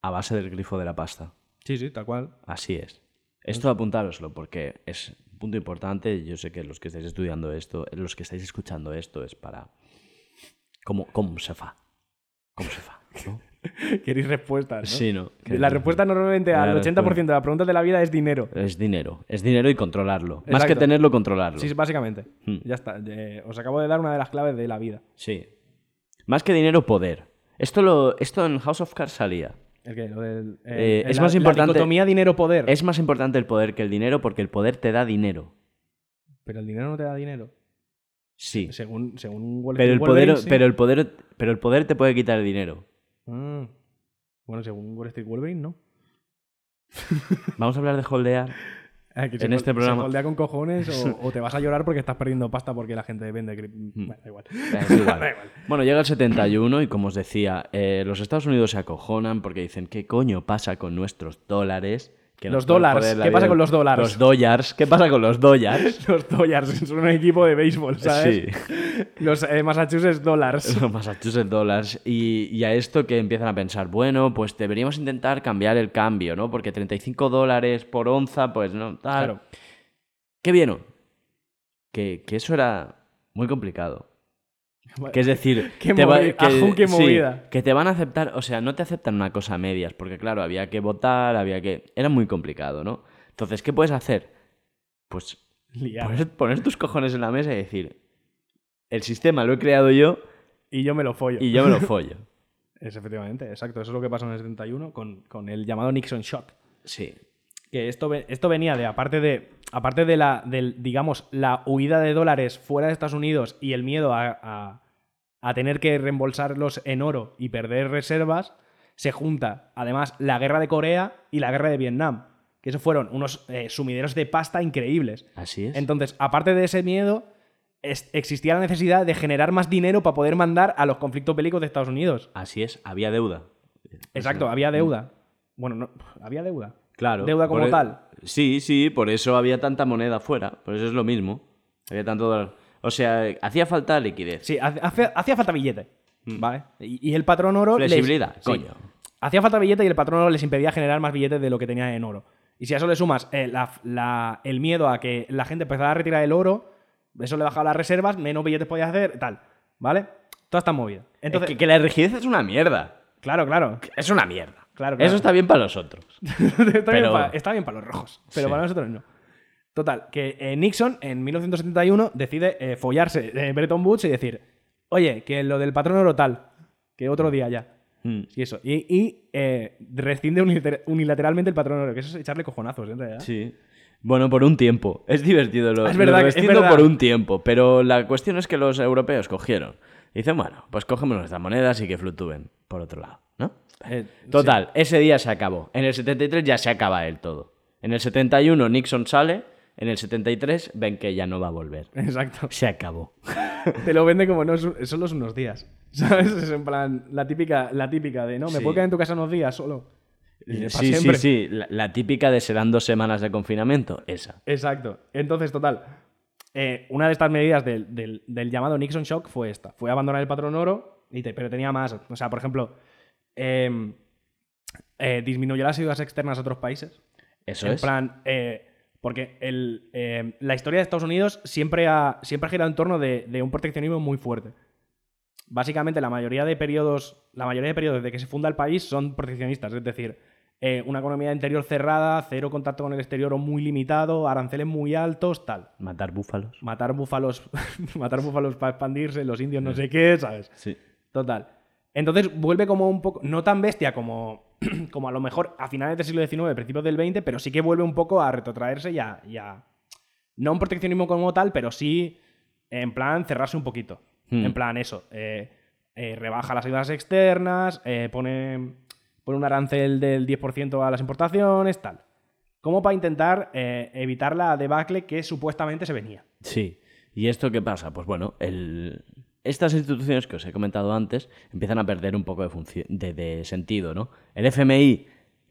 A base del grifo de la pasta.
Sí, sí, tal cual.
Así es. Esto apuntároslo porque es un punto importante. Yo sé que los que estáis estudiando esto, los que estáis escuchando esto es para... Como, como se fa. Como se fa. ¿no?
Queréis respuestas, ¿no?
Sí, ¿no?
La respuesta normalmente
La
al
respuesta.
80% de las preguntas de la vida es dinero.
Es dinero. Es dinero y controlarlo. Más
Exacto.
que tenerlo, controlarlo.
Sí,
Sí.
básicamente.
Hmm.
Ya está. Eh, os acabo de dar una de las claves de la vida.
Más que dinero, poder. Esto, lo, esto en House of Cards salía.
El que, lo del- el-
Eh,
el-
es
la-
más importante-
La dicotomía dinero-poder.
Es más importante el poder que el dinero porque el poder te da dinero.
Pero el dinero no te da dinero.
Sí.
Según, según Wall
Pero
Street
el, poder,
Wolverine, sí.
pero, el poder, pero el poder te puede quitar el dinero.
Ah. Bueno, según Wall Street Wolverine, ¿no?
Vamos a hablar de holdear.
Ah, Que se
En
col-
este programa.
Se holdea con cojones o, o te vas a llorar porque estás perdiendo pasta porque la gente vende cri- mm,
Mm.
Bueno, da igual.
Da igual. Bueno, llega el 71 y como os decía, eh, los Estados Unidos se acojonan porque dicen, ¿qué coño pasa con nuestros dólares? Que nos
Los
pueden
dólares,
joder la
¿qué
vida".
pasa con los dólares?
Los dollars, ¿qué pasa con los dollars?
Los Dodgers son un equipo de béisbol, ¿sabes? Los eh, Massachusetts Dollars.
Los Massachusetts Dollars. Y, y a esto que empiezan a pensar, bueno, pues deberíamos intentar cambiar el cambio, ¿no? Porque 35 dólares por onza, pues no, tal.
Claro.
¿Qué vieron? Que, que eso era muy complicado. Que es decir,
Qué
te va-
movi- ajú, qué movida.
que te van a aceptar, o sea, no te aceptan una cosa a medias, porque claro, había que votar, había que... Era muy complicado, ¿no? Entonces, ¿qué puedes hacer? Pues
Liar.
poner, poner tus cojones en la mesa y decir, el sistema lo he creado yo
Y yo me lo follo.
y yo me lo follo.
Es efectivamente, exacto. Eso es lo que pasó en el 71 con, con el llamado Nixon Shot.
Sí,
que esto, ve- esto venía de, aparte de, aparte de la, del, digamos, la huida de dólares fuera de Estados Unidos y el miedo a, a- a tener que reembolsarlos en oro y perder reservas, se junta además la guerra de Corea y la guerra de Vietnam, que esos fueron unos eh, sumideros de pasta increíbles.
así es.
Entonces, aparte de ese miedo, es- existía la necesidad de generar más dinero para poder mandar a los conflictos bélicos de Estados Unidos.
así es, había deuda.
Exacto, había deuda. Bueno, no, había deuda.
Mm. Claro.
Deuda
por
como
e-
tal.
Sí, sí, por eso había tanta moneda fuera, por eso es lo mismo. Había tanto dólar. O sea, hacía falta liquidez.
Sí, hace- hace- hacía falta billete. ¿Vale? Y, y el patrón oro. les-
Mm. Flexibilidad,
sí.
coño.
Hacía falta billete y el patrón oro les impedía generar más billetes de lo que tenía en oro. Y si a eso le sumas eh, la- la- el miedo a que la gente empezara a retirar el oro, eso le bajaba las reservas, menos billetes podía hacer, tal. ¿Vale? Toda esta movida.
Entonces,
Entonces,
que, que la rigidez es una mierda.
claro, claro.
Es una mierda.
Claro, claro.
Eso está bien para nosotros.
está, bien
Pero-
pa- está bien para los rojos, pero
Sí.
para nosotros no. Total, que eh, Nixon en 1971 decide eh, follarse de Bretton Woods y decir, oye, que lo del patrón oro tal, que otro día ya.
Mm.
Sí, eso. Y, y, eh, rescinde unilater- unilateralmente el patrón oro, que eso es echarle cojonazos, ¿eh? en realidad.
Sí. Bueno, por un tiempo. Es divertido lo,
Ah, Es verdad
lo
que- es
rescindo
verdad.
por un tiempo. Pero la cuestión es que los europeos cogieron. Y dicen, bueno, pues cogemos nuestras monedas y que fluctúen por otro lado, ¿no?
Eh,
Total, ese día se acabó. En el 73 ya se acaba el todo. En el 71 Nixon sale. En el 73 ven que ya no va a volver.
sí, exacto.
Se acabó.
Te lo vende como no, es un- solo es unos días. ¿Sabes? Es en plan, la típica, la típica de, no, me
Sí. Eh,
puedo quedar en tu casa unos días solo. Y de pa'
Sí, sí,
siempre.
sí. La, la típica de serán dos semanas de confinamiento. Esa.
Exacto. Entonces, total. eh, una de estas medidas del, del- del llamado Nixon Shock fue esta. Fue abandonar el patrón oro, y te- pero tenía más. O sea, por ejemplo, em, eh, disminuyó las ayudas externas a otros países.
Eso
en
es.
plan, eh, Porque el, eh, la historia de Estados Unidos siempre ha, siempre ha girado en torno de, de un proteccionismo muy fuerte. Básicamente, la mayoría de periodos, la mayoría de periodos desde que se funda el país son proteccionistas, es decir, eh, una economía interior cerrada, cero contacto con el exterior o muy limitado, aranceles muy altos, tal.
Matar búfalos.
Matar búfalos, matar búfalos para expandirse, los indios no sé qué, ¿sabes?
Sí.
Total. Entonces vuelve como un poco, no tan bestia como, como a lo mejor a finales del siglo XIX, principios del XX, pero sí que vuelve un poco a retrotraerse y a, y a- no un proteccionismo como tal, pero sí en plan cerrarse un poquito.
Hmm.
En plan eso, eh, eh, rebaja las ayudas externas, eh, pone, pone un arancel del 10% a las importaciones, tal. Como para intentar eh, evitar la debacle que supuestamente se venía.
Sí. ¿Y esto qué pasa? Pues bueno, el... estas instituciones que os he comentado antes empiezan a perder un poco de, funci- de, de sentido, ¿no? El FMI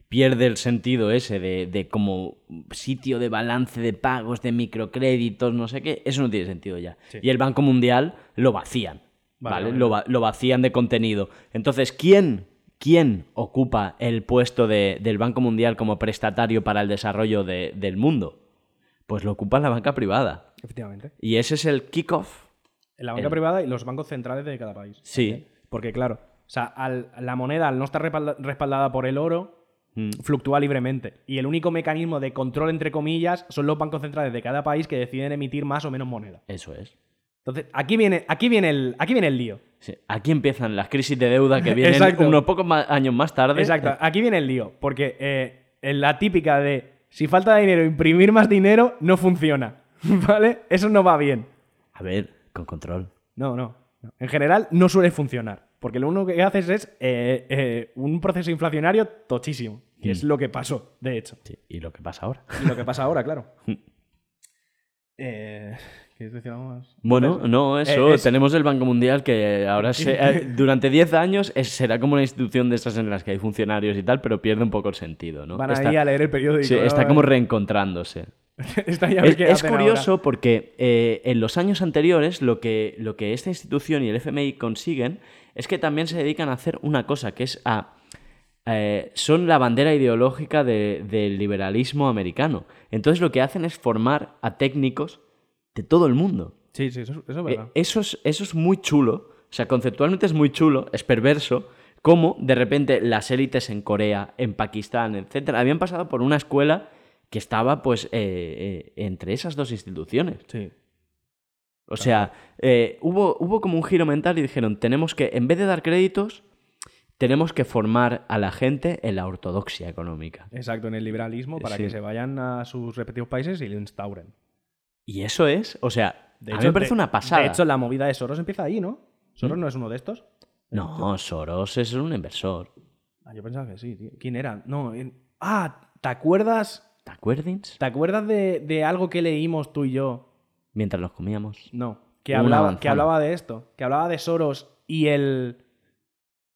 pierde el sentido ese de, de como sitio de balance de pagos, de microcréditos, no sé qué, eso no tiene sentido ya. Y el Banco Mundial lo vacían,
Vale,
¿vale?
vale.
Lo, va- lo vacían de contenido. Entonces, ¿quién, quién ocupa el puesto de- del Banco Mundial como prestatario para el desarrollo de- del mundo? Pues lo ocupa la banca privada.
Efectivamente.
Y ese es el kickoff.
En la banca
El-
privada y los bancos centrales de cada país.
Sí.
Porque, claro, o sea, al- la moneda, al no estar respalda- respaldada por el oro,
Mm.
fluctúa libremente. Y el único mecanismo de control, entre comillas, son los bancos centrales de cada país que deciden emitir más o menos moneda.
Eso es.
Entonces, aquí viene, aquí viene, el, aquí viene el lío.
Sí. Aquí empiezan las crisis de deuda que vienen
Exacto.
unos pocos ma- años más tarde.
Exacto, aquí viene el lío. Porque eh, en la típica de si falta dinero, imprimir más dinero, no funciona. ¿Vale? Eso no va bien.
A ver, con control.
No, no. no. En general no suele funcionar. Porque lo único que haces es eh, eh, un proceso inflacionario tochísimo. Que es lo que pasó, de hecho.
Sí. Mm. ¿Y lo que pasa ahora?
Y lo que pasa ahora, claro. Eh, ¿Quieres decir algo más?
Bueno, no, eso.
Eh, es-
Tenemos el Banco Mundial que ahora se- eh, durante 10 años es- será como una institución de esas en las que hay funcionarios y tal, pero pierde un poco el sentido, ¿no?
Van
Está-
ahí a leer el periódico.
sí, está
Eh.
como reencontrándose.
Está ya a ver
Es,
qué
es
hacen ahora.
curioso porque eh, en los años anteriores lo que, lo que esta institución y el FMI consiguen es que también se dedican a hacer una cosa, que es a... eh, son la bandera ideológica de- del liberalismo americano. Entonces lo que hacen es formar a técnicos de todo el mundo.
Sí, sí, eso, eso es
Eh,
verdad.
eso, es, eso es muy chulo. O sea, conceptualmente es muy chulo, es perverso, cómo de repente las élites en Corea, en Pakistán, etcétera, habían pasado por una escuela que estaba, pues, eh, eh, entre esas dos instituciones.
sí.
O sea, eh, hubo, hubo como un giro mental y dijeron, tenemos que, en vez de dar créditos, tenemos que formar a la gente en la ortodoxia económica.
Exacto, en el liberalismo para
Sí.
que se vayan a sus respectivos países y lo instauren.
Y eso es, o sea,
De
a mí
hecho,
me parece
de-
una pasada. ¿Mm?
De hecho, la movida de Soros empieza ahí, ¿no? ¿Soros no es uno de estos?
no, Soros es un inversor.
Ah, yo pensaba que sí, tío. ¿Quién era? No, en- ah, ¿te acuerdas?
¿Te acuerdas?
¿Te acuerdas de, de algo que leímos tú y yo?
Mientras los comíamos.
No, que
Una
hablaba,
manzana.
que hablaba de esto, que hablaba de Soros y el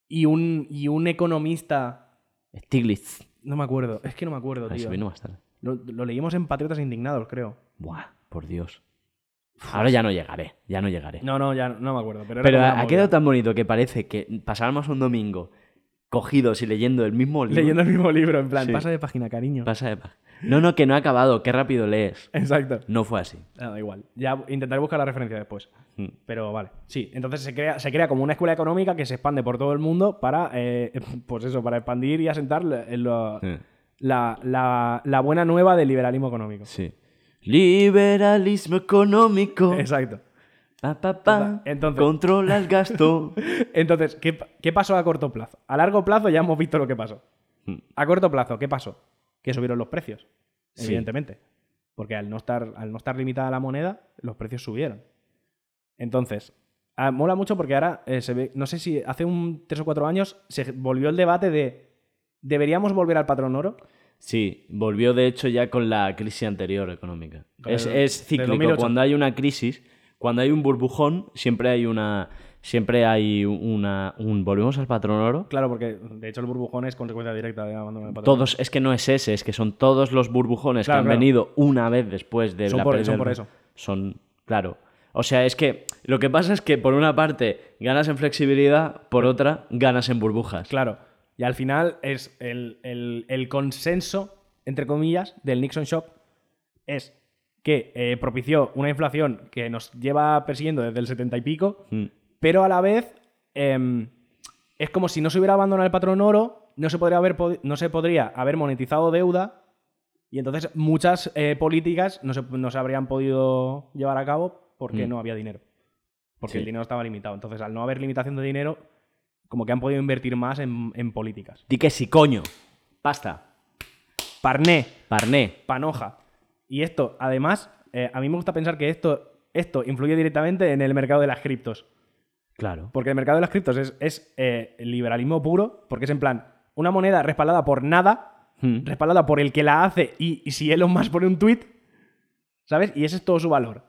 y un y un economista,
Stiglitz.
no me acuerdo, es que no me acuerdo,
Ah,
tío.
Eso vino más tarde.
Lo, lo leímos en Patriotas Indignados, creo.
Buah, por Dios. Ahora ya no llegaré, ya no llegaré.
No, no, ya no, no me acuerdo, pero, era
Pero
como una
ha ha quedado
movida.
tan bonito que parece que pasáramos un domingo cogidos y leyendo el mismo libro.
leyendo el mismo libro en plan,
Sí.
pasa de página, cariño.
Pasa de pa- No, no, que no ha acabado, qué rápido lees.
Exacto.
No fue así.
Nada, Ah, igual. Ya intentaré buscar la referencia después.
Mm.
Pero vale. Sí, entonces se crea, se crea como una escuela económica que se expande por todo el mundo para, eh, pues eso, para expandir y asentar la- en la-
Sí.
la, la- la buena nueva del liberalismo económico.
Sí. Liberalismo económico.
Exacto.
Pa, pa, pa.
Entonces-
Controla el gasto.
Entonces, ¿qué, pa- qué pasó a corto plazo? A largo plazo ya hemos visto lo que pasó.
Mm.
A corto plazo, ¿qué pasó? Que subieron los precios,
Sí.
evidentemente. Porque al no, estar, al no estar limitada la moneda, los precios subieron. Entonces, ah, mola mucho porque ahora eh, se ve, no sé si hace un 3 o 4 años se volvió el debate de ¿deberíamos volver al patrón oro?
Sí, volvió de hecho ya con la crisis anterior económica.
Con
Es,
el-
es
de
cíclico.
2008.
Cuando hay una crisis, cuando hay un burbujón, siempre hay una. Siempre hay una. Un, volvemos al patrón oro.
Claro, porque de hecho el burbujón es consecuencia directa de abandono del patrón oro.
Todos, es que no es ese, es que son todos los burbujones
Claro,
que han
claro.
venido una vez después de
Son
la
por-
pérdida
son
del-
por eso.
Son, claro. O sea, es que lo que pasa es que por una parte ganas en flexibilidad, por otra ganas en burbujas.
Claro. Y al final es el, el- el consenso, entre comillas, del Nixon Shock es que eh, propició una inflación que nos lleva persiguiendo desde el 70 y pico,
Mm.
pero a la vez em, es como si no se hubiera abandonado el patrón oro, no se podría haber, pod- no se podría haber monetizado deuda y entonces muchas eh, políticas no se, no se habrían podido llevar a cabo porque
Mm.
no había dinero. Porque
Sí.
el dinero estaba limitado. Entonces, al no haber limitación de dinero, como que han podido invertir más en, en políticas.
Di que sí, coño. Pasta.
Parné,
Parné.
panoja. Y esto, además, eh, a mí me gusta pensar que esto, esto influye directamente en el mercado de las criptos.
Claro.
Porque el mercado de las criptos es, es, eh, liberalismo puro, porque es en plan, una moneda respaldada por nada,
Mm.
respaldada por el que la hace y, y si Elon Musk pone un tweet, ¿sabes? Y ese es todo su valor.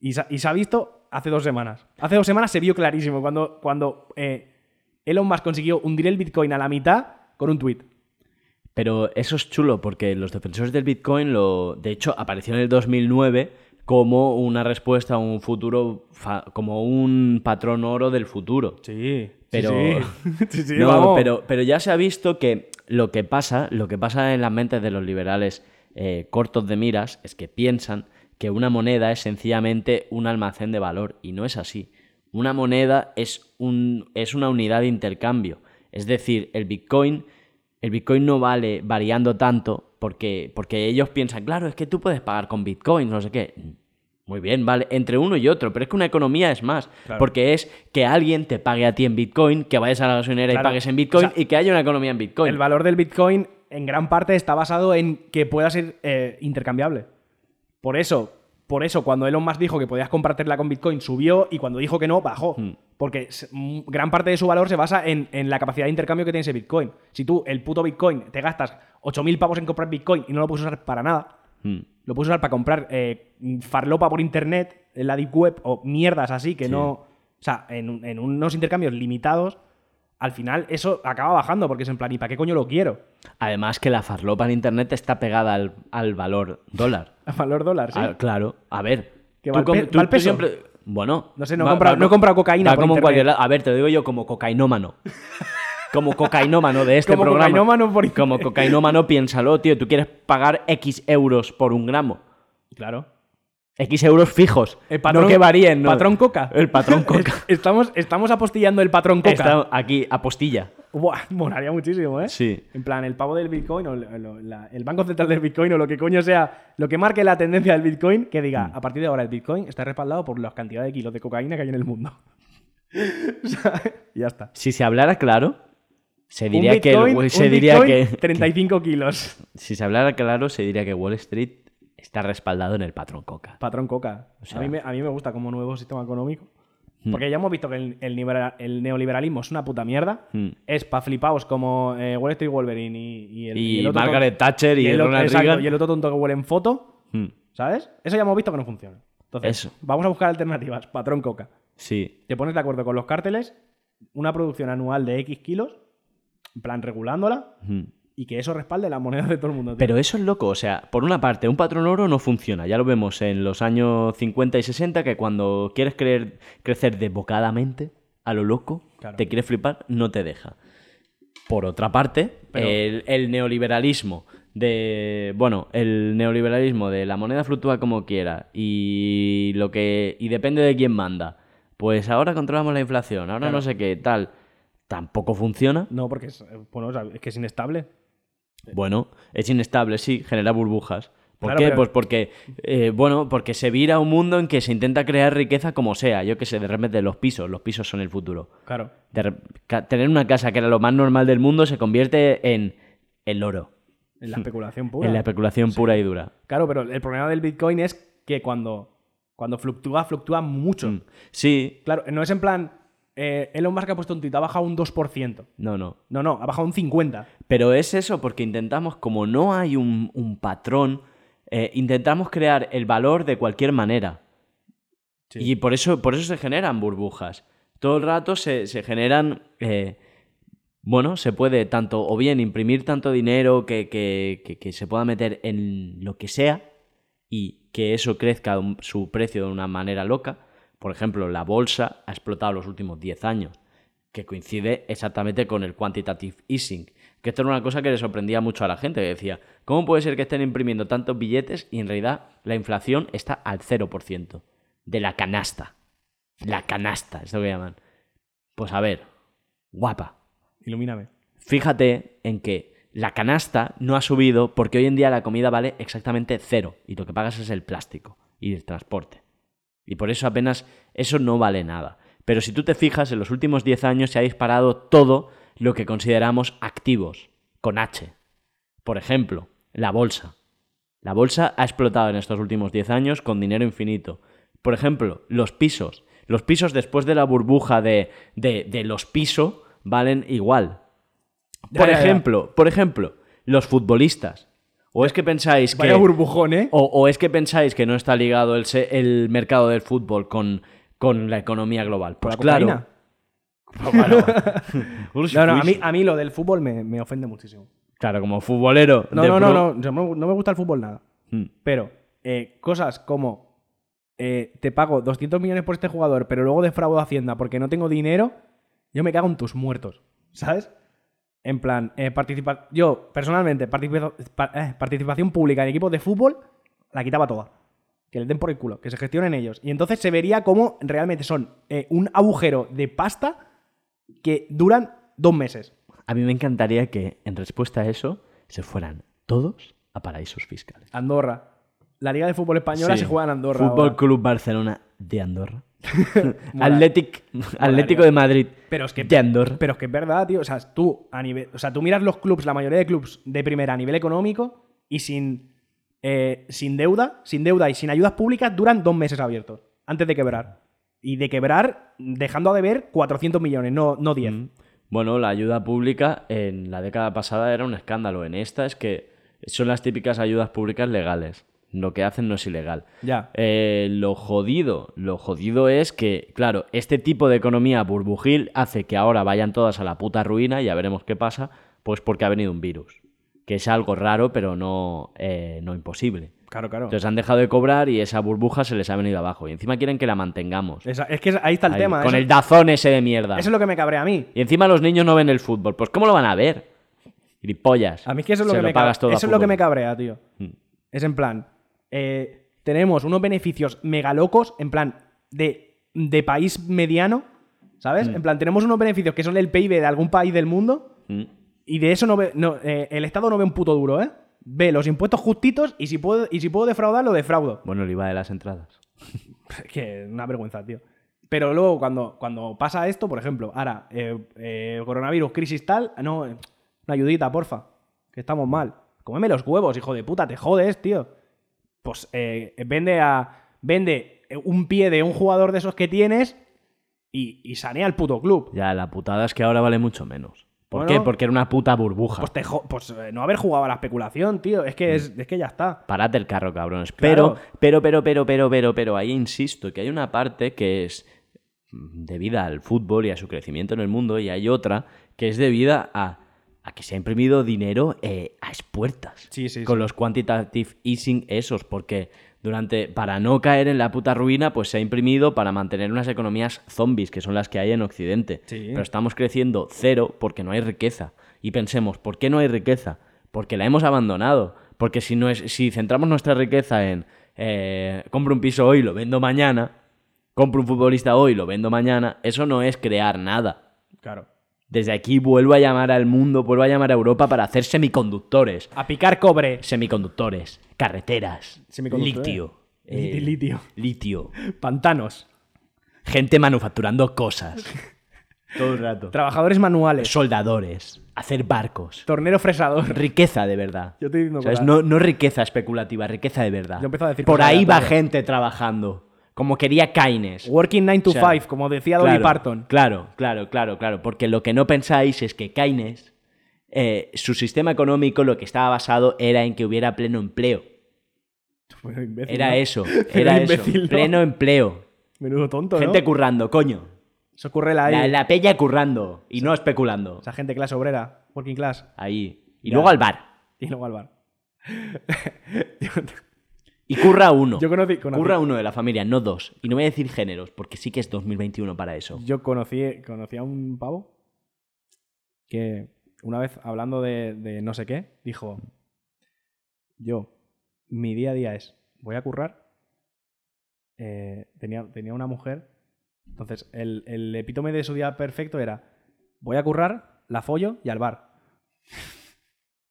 Y, se- y se ha visto hace dos semanas. Hace dos semanas se vio clarísimo cuando, cuando eh, Elon Musk consiguió hundir el Bitcoin a la mitad con un tweet.
Pero eso es chulo porque los defensores del Bitcoin, lo, de hecho, apareció en el 2009 como una respuesta a un futuro, fa- como un patrón oro del futuro.
Sí,
Pero-
sí, sí,
no,
vamos.
pero, pero ya se ha visto que lo que pasa, lo que pasa en las mentes de los liberales eh, cortos de miras es que piensan que una moneda es sencillamente un almacén de valor y no es así. Una moneda es, un, es una unidad de intercambio. Es decir, el Bitcoin, el Bitcoin no vale variando tanto porque, porque ellos piensan, claro, es que tú puedes pagar con Bitcoin, no sé qué. Muy bien, vale, entre uno y otro, pero es que una economía es más, porque es que alguien te pague a ti en Bitcoin, que vayas a la gasolinera y
Claro,
pagues en Bitcoin
o sea,
y que haya una economía en Bitcoin.
El valor del Bitcoin en gran parte está basado en que pueda ser eh, intercambiable. Por eso, por eso cuando Elon Musk dijo que podías comprártela con Bitcoin subió y cuando dijo que no bajó, porque s- m- gran parte de su valor se basa en, en la capacidad de intercambio que tiene ese Bitcoin. Si tú el puto Bitcoin te gastas 8.000 pavos en comprar Bitcoin y no lo puedes usar para nada,
Mm.
lo puedes usar para comprar eh, farlopa por internet, en la deep web o mierdas así que no. O sea, en, un- en unos intercambios limitados, al final eso acaba bajando porque es en plan, ¿y para qué coño lo quiero?
Además que la farlopa en Internet está pegada al, al valor dólar.
A valor dólar, sí.
Ah, claro, a ver.
Que
tú
va al
com-
pe-
tú-
va al
tú
peso.
siempre- Bueno.
No sé, no he comprado- no he comprado cocaína
va
por
como en
Internet.
cualquier lado. A ver, te lo digo yo como cocainómano. Como cocainómano de este
Como
programa.
cocainómano por Internet.
Como cocainómano, piénsalo, tío. Tú quieres pagar X euros por un gramo.
Claro.
X euros fijos.
El patrón-
no que varíen, ¿no?
Patrón coca.
El patrón coca.
estamos, estamos apostillando el patrón coca.
Está aquí, apostilla.
Buah, molaría muchísimo, ¿eh?
Sí.
En plan, el pavo del Bitcoin o lo- lo- la- el Banco Central del Bitcoin o lo que coño sea, lo que marque la tendencia del Bitcoin, que
Mm.
diga, a partir de ahora el Bitcoin está respaldado por la cantidad de kilos de cocaína que hay en el mundo. O sea, y ya está.
Si se hablara claro, se diría
Un
que. el-
Bitcoin-
se
un
diría
Bitcoin,
que,
35 kilos.
que- Si se hablara claro, se diría que Wall Street está respaldado en el patrón coca.
Patrón Coca.
sea- Mm.
a, mí me, a mí me gusta como nuevo sistema económico. Porque ya hemos visto que el, el libera- el neoliberalismo es una puta mierda.
Mm.
Es pa' flipaos como eh, Wall Street Wolverine y, y el,
Y
el otro
Margaret
ton-
Thatcher y
el, otro-
Ronald
exacto,
Reagan.
y el otro tonto que huele en foto.
Mm,
¿Sabes? Eso ya hemos visto que no funciona. Entonces,
Eso.
vamos a buscar alternativas. Patrón Coca.
Sí.
Te pones de acuerdo con los cárteles, una producción anual de X kilos, en plan regulándola,
mm.
y que eso respalde la moneda de todo el mundo. tío.
Pero eso es loco, o sea, por una parte, un patrón oro no funciona, ya lo vemos en los años 50 y 60, que cuando quieres creer, crecer desbocadamente, a lo loco,
Claro.
te quieres flipar, no te deja. Por otra parte,
Pero-
el, el neoliberalismo de. Bueno, el neoliberalismo de la moneda fluctúa como quiera y lo que. y depende de quién manda. Pues ahora controlamos la inflación, ahora no sé qué, tal. Tampoco funciona.
No, porque es, eh, bueno, o sea, es que es inestable.
Bueno, es inestable, sí, genera burbujas. ¿Por
Claro,
qué?
pero-
Pues porque, eh, bueno, porque se vira un mundo en que se intenta crear riqueza como sea. Yo que sé, de repente los pisos, los pisos son el futuro.
Claro.
De re- ca- tener una casa que era lo más normal del mundo se convierte en el oro,
En la especulación
Hmm.
pura.
en la especulación pura y dura.
Claro, pero el problema del Bitcoin es que cuando, cuando fluctúa, fluctúa mucho.
Hmm. Sí,
Claro, no es en plan, eh, Elon Musk ha puesto un tuit, ha bajado un 2%.
no, no.
No, no, ha bajado un 50%.
Pero es eso, porque intentamos, como no hay un, un patrón, eh, intentamos crear el valor de cualquier manera. Y por eso, por eso se generan burbujas. Todo el rato se, se generan. eh, bueno, se puede tanto, o bien imprimir tanto dinero que, que- que- que se pueda meter en lo que sea y que eso crezca un- su precio de una manera loca. Por ejemplo, la bolsa ha explotado los últimos 10 años, que coincide exactamente con el quantitative easing. Que esto era una cosa que le sorprendía mucho a la gente, que decía, ¿cómo puede ser que estén imprimiendo tantos billetes y en realidad la inflación está al 0% de la canasta? La canasta, es lo que llaman. Pues a ver, guapa,
Ilumíname.
fíjate en que la canasta no ha subido porque hoy en día la comida vale exactamente cero y lo que pagas es el plástico y el transporte. Y por eso apenas eso no vale nada. Pero si tú te fijas, en los últimos 10 años se ha disparado todo lo que consideramos activos, con H. Por ejemplo, la bolsa. La bolsa ha explotado en estos últimos 10 años con dinero infinito. Por ejemplo, los pisos. Los pisos después de la burbuja de, de, de los pisos valen igual.
Ya,
Por
ya, ya.
ejemplo, por ejemplo, los futbolistas. O es que pensáis que... Oh,
Vaya burbujón, ¿eh?
O, o es que pensáis que no está ligado el, se- el mercado del fútbol con, con la economía global. Pues
Por la
claro.
cocaína.
Ush,
No, no, a
ush.
mí, a mí lo del fútbol me, me ofende muchísimo.
Claro, como futbolero.
No,
de
no,
pro-
no, no, yo no, no me gusta el fútbol nada.
Mm.
Pero eh, cosas como eh, te pago 200 millones por este jugador, pero luego defraudo a Hacienda porque no tengo dinero, yo me cago en tus muertos, ¿sabes? En plan, eh, participar. Yo, personalmente, participa- pa- eh, participación pública en equipos de fútbol la quitaba toda. Que le den por el culo, que se gestionen ellos. Y entonces se vería cómo realmente son eh, un agujero de pasta que duran dos meses.
A mí me encantaría que, en respuesta a eso, se fueran todos a paraísos fiscales.
Andorra. La Liga de Fútbol Española
Ah, Sí.
se juega en Andorra.
Fútbol
ahora.
Club Barcelona de Andorra.
Mola.
Athletic, Atlético de Madrid
Pero es que,
de Andorra.
pero es que es verdad, tío. O sea, tú, a nivel, o sea, tú miras los clubs, la mayoría de clubs de primera a nivel económico y sin, eh, sin deuda, sin deuda y sin ayudas públicas duran dos meses abiertos antes de quebrar. Y de quebrar dejando a deber 400 millones, no, no 10.
Mm. Bueno, la ayuda pública en la década pasada era un escándalo. En esta es que son las típicas ayudas públicas legales. Lo que hacen no es ilegal.
Ya.
Eh, lo jodido, lo jodido es que, claro, este tipo de economía burbujil hace que ahora vayan todas a la puta ruina, ya veremos qué pasa, pues porque ha venido un virus. Que es algo raro, pero no, eh, no imposible.
Claro, claro.
Entonces han dejado de cobrar y esa burbuja se les ha venido abajo. Y encima quieren que la mantengamos.
Esa- es que ahí está el
Ahí,
tema.
con
eso,
el dazón ese de mierda.
eso es lo que me cabrea a mí.
Y encima los niños no ven el fútbol. Pues ¿cómo lo van a ver? Gripollas.
A mí es que eso es lo,
Se
que, me
pagas
cabrea,
todo a
eso es lo que
fútbol.
me cabrea, tío. Es en plan, eh, tenemos unos beneficios megalocos, en plan, de, de país mediano, ¿sabes? En plan, tenemos unos beneficios que son el PIB de algún país del mundo
Mm.
y de eso no ve, no, eh, el Estado no ve un puto duro, ¿eh? Ve los impuestos justitos y si puedo, y si puedo defraudar, lo defraudo.
Bueno, el IVA de las entradas.
Es que una vergüenza, tío. Pero luego, cuando, cuando pasa esto, por ejemplo, ahora, eh, eh, coronavirus, crisis tal, no, eh, una ayudita, porfa, que estamos mal. Cómeme los huevos, hijo de puta, te jodes, tío. Pues eh, vende a. Vende un pie de un jugador de esos que tienes y, y sanea el puto club.
Ya, la putada es que ahora vale mucho menos. ¿Por
Bueno.
qué? Porque era una puta burbuja.
Pues, te jo- pues eh, no haber jugado a la especulación, tío. Es que, es, es que ya está.
Parad el carro, cabrones.
Claro.
Pero, pero, pero, pero, pero, pero, pero, ahí insisto que hay una parte que es mm, debida al fútbol y a su crecimiento en el mundo y hay otra que es debida a, a que se ha imprimido dinero eh, a expuertas.
Sí, sí,
Con
sí.
los quantitative easing esos, porque durante, para no caer en la puta ruina, pues se ha imprimido para mantener unas economías zombies, que son las que hay en Occidente.
Sí.
Pero estamos creciendo cero porque no hay riqueza. Y pensemos, ¿por qué no hay riqueza? Porque la hemos abandonado. Porque si, no es, si centramos nuestra riqueza en eh, compro un piso hoy, lo vendo mañana, compro un futbolista hoy, lo vendo mañana, eso no es crear nada.
Claro.
Desde aquí vuelvo a llamar al mundo, vuelvo a llamar a Europa para hacer semiconductores.
A picar cobre.
Semiconductores, carreteras,
Semiconductores.
litio.
Lit-
eh,
litio.
litio.
Pantanos.
Gente manufacturando cosas. Todo el rato.
Trabajadores manuales.
Soldadores. Hacer barcos.
Tornero fresador.
Riqueza de verdad.
Yo estoy diciendo
¿Sabes?
cosas.
No, no riqueza especulativa, riqueza de verdad.
Yo empiezo a decir
Por
cosas
ahí va
aleatorias.
gente trabajando. Como quería Keynes.
Working 9 to
O sea,
5, como decía Dolly
claro,
Parton.
Claro, claro, claro, claro. Porque lo que no pensáis es que Keynes, eh, su sistema económico, lo que estaba basado era en que hubiera pleno empleo.
Bueno, Pues, imbécil,
Era
¿no?
eso,
Pero
era eso.
imbécil, ¿no?
Pleno empleo.
Menudo tonto,
Gente
¿no?
currando, coño.
Eso ocurre la,
La, la peña currando y no especulando.
Esa gente clase obrera, working class,
Ahí. Y
Ya.
luego al bar.
y luego al bar.
Y curra uno.
Yo conocí- conocí-
Curra uno de la familia, no dos. Y no voy a decir géneros, porque sí que es 2021 para eso.
Yo conocí, conocí a un pavo que una vez hablando de, de no sé qué, dijo, yo, mi día a día es, voy a currar. Eh, tenía, tenía una mujer. Entonces, el, el epítome de su día perfecto era, voy a currar, la follo y al bar.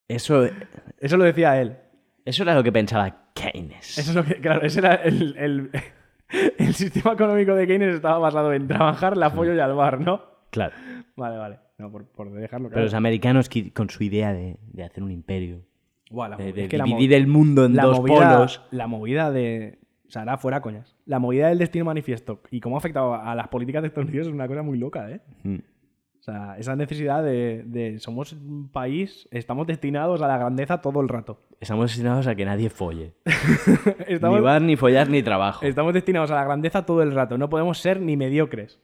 Eso,
Eso lo decía él.
eso era lo que pensaba Keynes.
Eso es lo que, claro, ese era el, el- el sistema económico de Keynes estaba basado en trabajar, la follo y al bar, ¿no?
Claro.
Vale, vale. No, por, por dejarlo
Pero
claro.
los americanos qui- con su idea de, de hacer un imperio,
Buah, la
Eh, de,
movida-
de
es que la
dividir
movi-
el mundo en
la
dos
movida,
polos.
La movida de... O sea, ahora fuera coñas. La movida del destino manifiesto y cómo ha afectado a las políticas de Estados Unidos es una cosa muy loca, ¿eh?
Mm.
O sea, esa necesidad de, de somos un país, estamos destinados a la grandeza todo el rato.
Estamos destinados a que nadie folle.
Estamos,
Ni bar, ni follar, ni trabajo.
estamos destinados a la grandeza todo el rato. No podemos ser ni mediocres.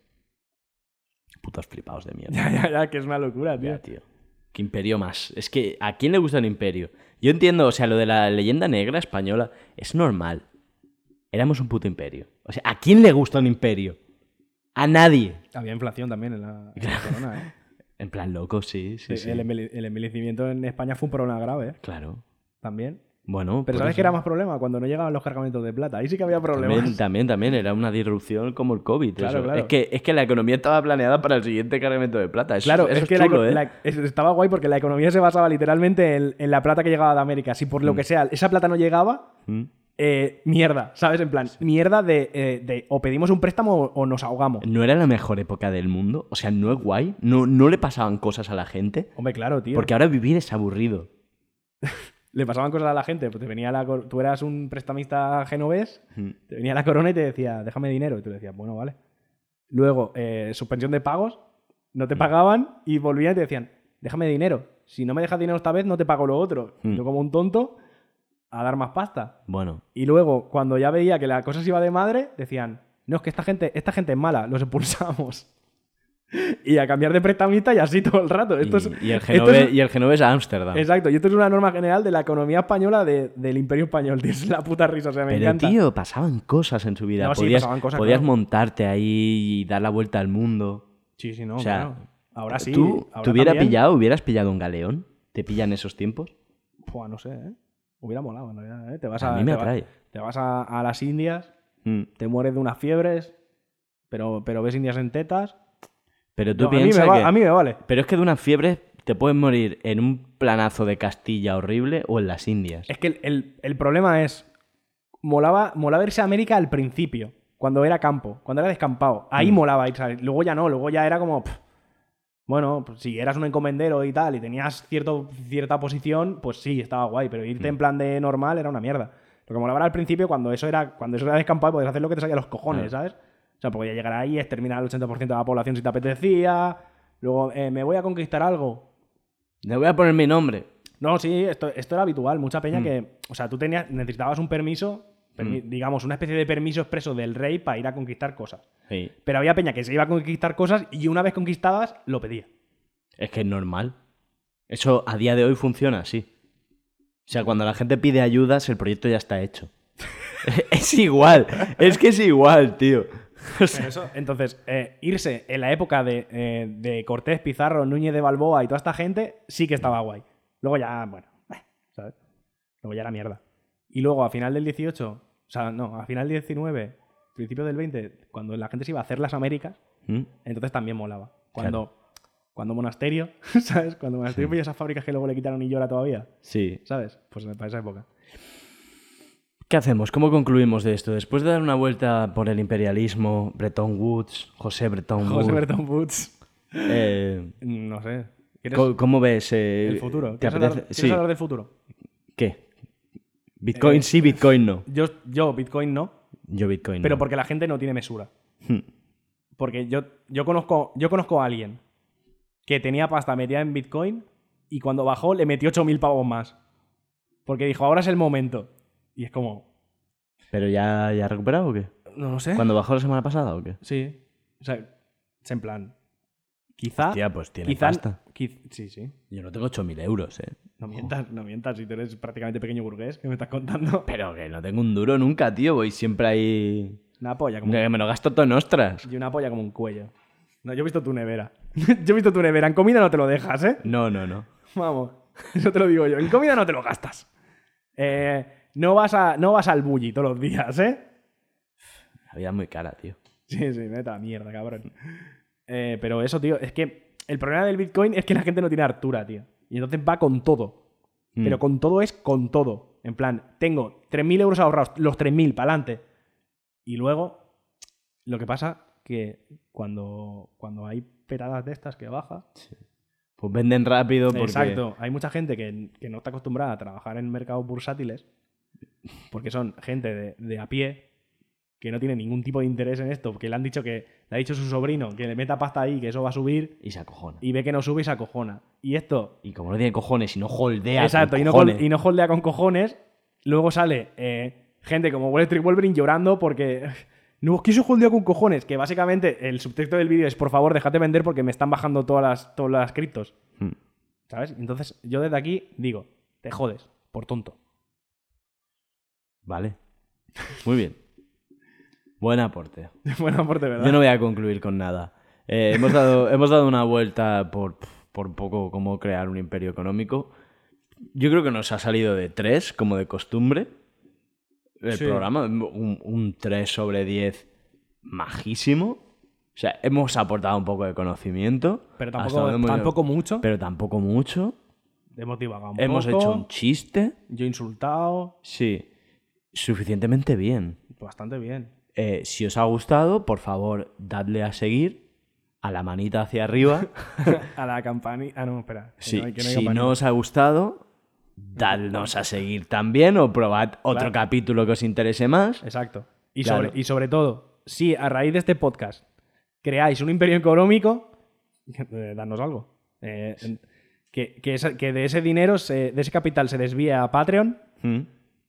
Putos flipados de mierda.
Ya, ya, ya, que es una locura, tío.
Ya, tío. ¿Qué imperio más? Es que, ¿a quién le gusta un imperio? Yo entiendo, o sea, lo de la leyenda negra española es normal. Éramos un puto imperio. O sea, ¿a quién le gusta un imperio? A nadie.
Había inflación también en la, en la corona, ¿eh?
En plan, loco, sí, sí,
Sí,
sí.
El, embelli- el envejecimiento en España fue un problema grave, ¿eh?
Claro.
También.
Bueno,
Pero
por
¿sabes
eso-
que era más problema? Cuando no llegaban los cargamentos de plata. Ahí sí que había problemas.
También, también, también, era una disrupción como el COVID.
Claro,
eso.
claro.
Es, que, es que la economía estaba planeada para el siguiente cargamento de plata. Eso-
Claro,
eso
es que la
chulo,
eco-
¿eh?
la- es- estaba guay porque la economía se basaba literalmente en, en la plata que llegaba de América. Si por lo que sea esa plata no llegaba,
Mm.
eh, mierda, ¿sabes? En plan, mierda de, eh, de o pedimos un préstamo o, o nos ahogamos.
No era la mejor época del mundo. O sea, no es guay. No, no le pasaban cosas a la gente.
Hombre, claro, tío.
Porque ahora vivir es aburrido.
le pasaban cosas a la gente. Pues te venía la cor- tú eras un prestamista genovés,
Mm.
te venía la corona y te decía, déjame dinero. Y tú le decías, bueno, vale. Luego, eh, suspensión de pagos, no
Mm.
te pagaban y volvían y te decían, déjame dinero. Si no me dejas dinero esta vez, no te pago lo otro.
Mm.
Yo como un tonto, a dar más pasta.
Bueno,
Y luego, cuando ya veía que la cosa se iba de madre, decían, no, es que esta gente, esta gente es mala, los expulsamos. y a cambiar de prestamista y así todo el rato. Esto es,
y, y el
esto
Genove-
es-
y el Genovés a Ámsterdam.
Exacto, y esto es una norma general de la economía española de- del imperio español, tío, es la puta risa, o sea, me
Pero,
encanta.
tío, pasaban cosas en su vida.
No, sí,
podías
pasaban cosas,
podías
claro.
montarte ahí y dar la vuelta al mundo.
Sí, sí, no,
o sea,
claro. ahora sí.
¿Tú
ahora
te hubiera
también.
pillado, hubieras pillado un galeón? ¿Te pillan esos tiempos?
Buah, no sé, ¿eh? Hubiera molado, en realidad, ¿eh? Te vas
A
a,
mí me
te vas-
atrae.
te vas a, a las Indias,
Mm.
te mueres de unas fiebres, pero, pero ves Indias en tetas.
Pero tú
No, a, mí me
piensas
va-
que...
a mí me vale.
Pero es que de una fiebre te puedes morir en un planazo de Castilla horrible o en las Indias.
Es que el, el- el problema es. Molaba, molaba irse a América al principio, cuando era campo, cuando era descampado. Ahí molaba irse. a- Luego ya no, luego ya era como. pff, bueno, pues si eras un encomendero y tal y tenías cierto, cierta posición, pues sí, estaba guay, pero irte en plan de normal era una mierda. Lo que molaba era al principio cuando eso era, cuando eso era descampado y podías hacer lo que te salía a los cojones, ¿sabes? O sea, podías llegar ahí, exterminar al 80% de la población si te apetecía. Luego, eh, me voy a conquistar algo.
Le voy a poner mi nombre.
No, sí, esto, esto era habitual. Mucha peña que. O sea, tú tenías, necesitabas un permiso, permi- digamos, una especie de permiso expreso del rey para ir a conquistar cosas.
Sí.
Pero había peña que se iba a conquistar cosas y una vez conquistadas, lo pedía.
Es que es normal. Eso a día de hoy funciona así. O sea, cuando la gente pide ayudas, el proyecto ya está hecho. es igual. Es que es igual, tío. O sea,
Entonces, eh, irse en la época de, eh, de Cortés, Pizarro, Núñez de Balboa y toda esta gente, sí que estaba guay. Luego ya, bueno, eh, ¿sabes? Luego ya era mierda. Y luego, a final del 18, o sea, no, a final del 19, principio del 20, cuando la gente se iba a hacer las Américas,
¿Mm?
Entonces también molaba. Cuando, cuando Monasterio, ¿sabes? Cuando Monasterio pilló esas fábricas que luego le quitaron y llora todavía,
Sí.
¿sabes? Pues para esa época.
¿Qué hacemos? ¿Cómo concluimos de esto? Después de dar una vuelta por el imperialismo, Bretton Woods, José Bretton Woods.
José Bertón Woods.
eh,
No sé. ¿Quieres
¿cómo, cómo ves? eh,
el futuro?
¿Te
¿Quieres, hablar,
apetece?
quieres
Sí.
hablar Eh, del futuro?
¿Qué? Bitcoin sí, Bitcoin no.
Yo, yo, Bitcoin no,
Yo Bitcoin
pero
no.
porque la gente no tiene mesura.
Mm. Hmm.
Porque yo, yo, conozco, yo conozco a alguien que tenía pasta metida en Bitcoin y cuando bajó le metió 8.000 pavos más. Porque dijo, ahora es el momento. Y es como,
¿Pero ya, ya ha recuperado o qué?
no lo sé.
¿Cuándo bajó la semana pasada o qué?
Sí. O sea, es en plan. Quizá.
Hostia, pues tiene
Ah, quizá,
pasta.
quiz- sí, sí.
Yo no tengo 8.000 euros, ¿eh?
No mientas, no mientas. Si tú eres prácticamente pequeño burgués, ¿qué me estás contando?
Pero que no tengo un duro nunca, tío. Voy siempre ahí...
Una polla como,
Que me lo gasto todo en ostras.
y una polla como un cuello. No, yo he visto tu nevera. Yo he visto tu nevera, en comida no te lo dejas, ¿eh?
No, no, no.
Vamos, eso te lo digo yo. En comida no te lo gastas. Eh, no, vas a, no vas al bully todos los días, ¿eh?
La vida es muy cara, tío.
Sí, sí, meta la mierda, cabrón. Eh, pero eso, tío, es que el problema del Bitcoin es que la gente no tiene hartura, tío. Y entonces va con todo. Pero con todo es con todo. En plan, tengo 3.000 euros ahorrados, los 3.000 para adelante. Y luego, lo que pasa que cuando, cuando hay petadas de estas que baja,
Pues venden rápido porque...
Exacto. Hay mucha gente que, que no está acostumbrada a trabajar en mercados bursátiles porque son gente de, de a pie que no tiene ningún tipo de interés en esto, porque le han dicho que le ha dicho su sobrino que le meta pasta ahí, que eso va a subir
Y se acojona. Y,
y ve que no sube y se acojona. Y esto,
como no tiene cojones y no holdea con
exacto, y no,
cojones,
col- y no holdea con cojones, luego sale eh, gente como Wall Street Wolverine llorando porque no quiso holdear con cojones, que básicamente el subtexto del vídeo es por favor, déjate vender porque me están bajando todas las, todas las criptos.
Mm.
¿Sabes? Entonces, yo desde aquí digo, te jodes, por tonto.
Vale. Muy bien. Buen aporte.
Buen aporte, ¿verdad?
Yo no voy a concluir con nada. Eh, hemos, dado, hemos dado una vuelta por, por un poco cómo crear un imperio económico. Yo creo que nos ha salido de 3, como de costumbre, el
Sí.
programa. Un, 3 sobre 10 majísimo. O sea, hemos aportado un poco de conocimiento.
Pero
Hasta
tampoco-
donde hemos ido.
tampoco mucho.
Pero tampoco mucho.
Hemos divagado un
hemos
poco,
hecho un chiste.
Yo he insultado
Sí. Suficientemente bien.
bastante bien.
Eh, si os ha gustado, por favor, dadle a seguir, a la manita hacia arriba.
A la campanita... Ah, no, espera. que
si
no hay- que no hay
si
campanita.
no os ha gustado, dadnos a seguir también o probad otro
Claro.
capítulo que os interese más.
Exacto. Y,
Claro.
sobre, y sobre todo, si a raíz de este podcast creáis un imperio económico, eh, dadnos algo. Eh, que, que esa- que de ese dinero, se- de ese capital se desvíe a Patreon,
Mm.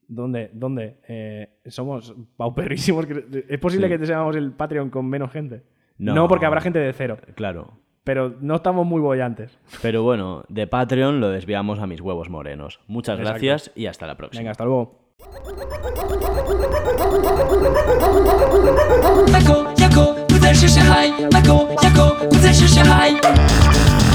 donde, donde eh, somos pauperísimos. ¿Es posible
Sí.
que te seamos el Patreon con menos gente?
No.
no, porque habrá gente de cero.
Claro.
Pero no estamos muy bollantes.
Pero bueno, de Patreon lo desviamos a mis huevos morenos. Muchas
Exacto.
gracias y hasta la próxima.
Venga, hasta luego.
Michael, Jaco, 不再是小孩。Michael, Jaco, 不再是小孩。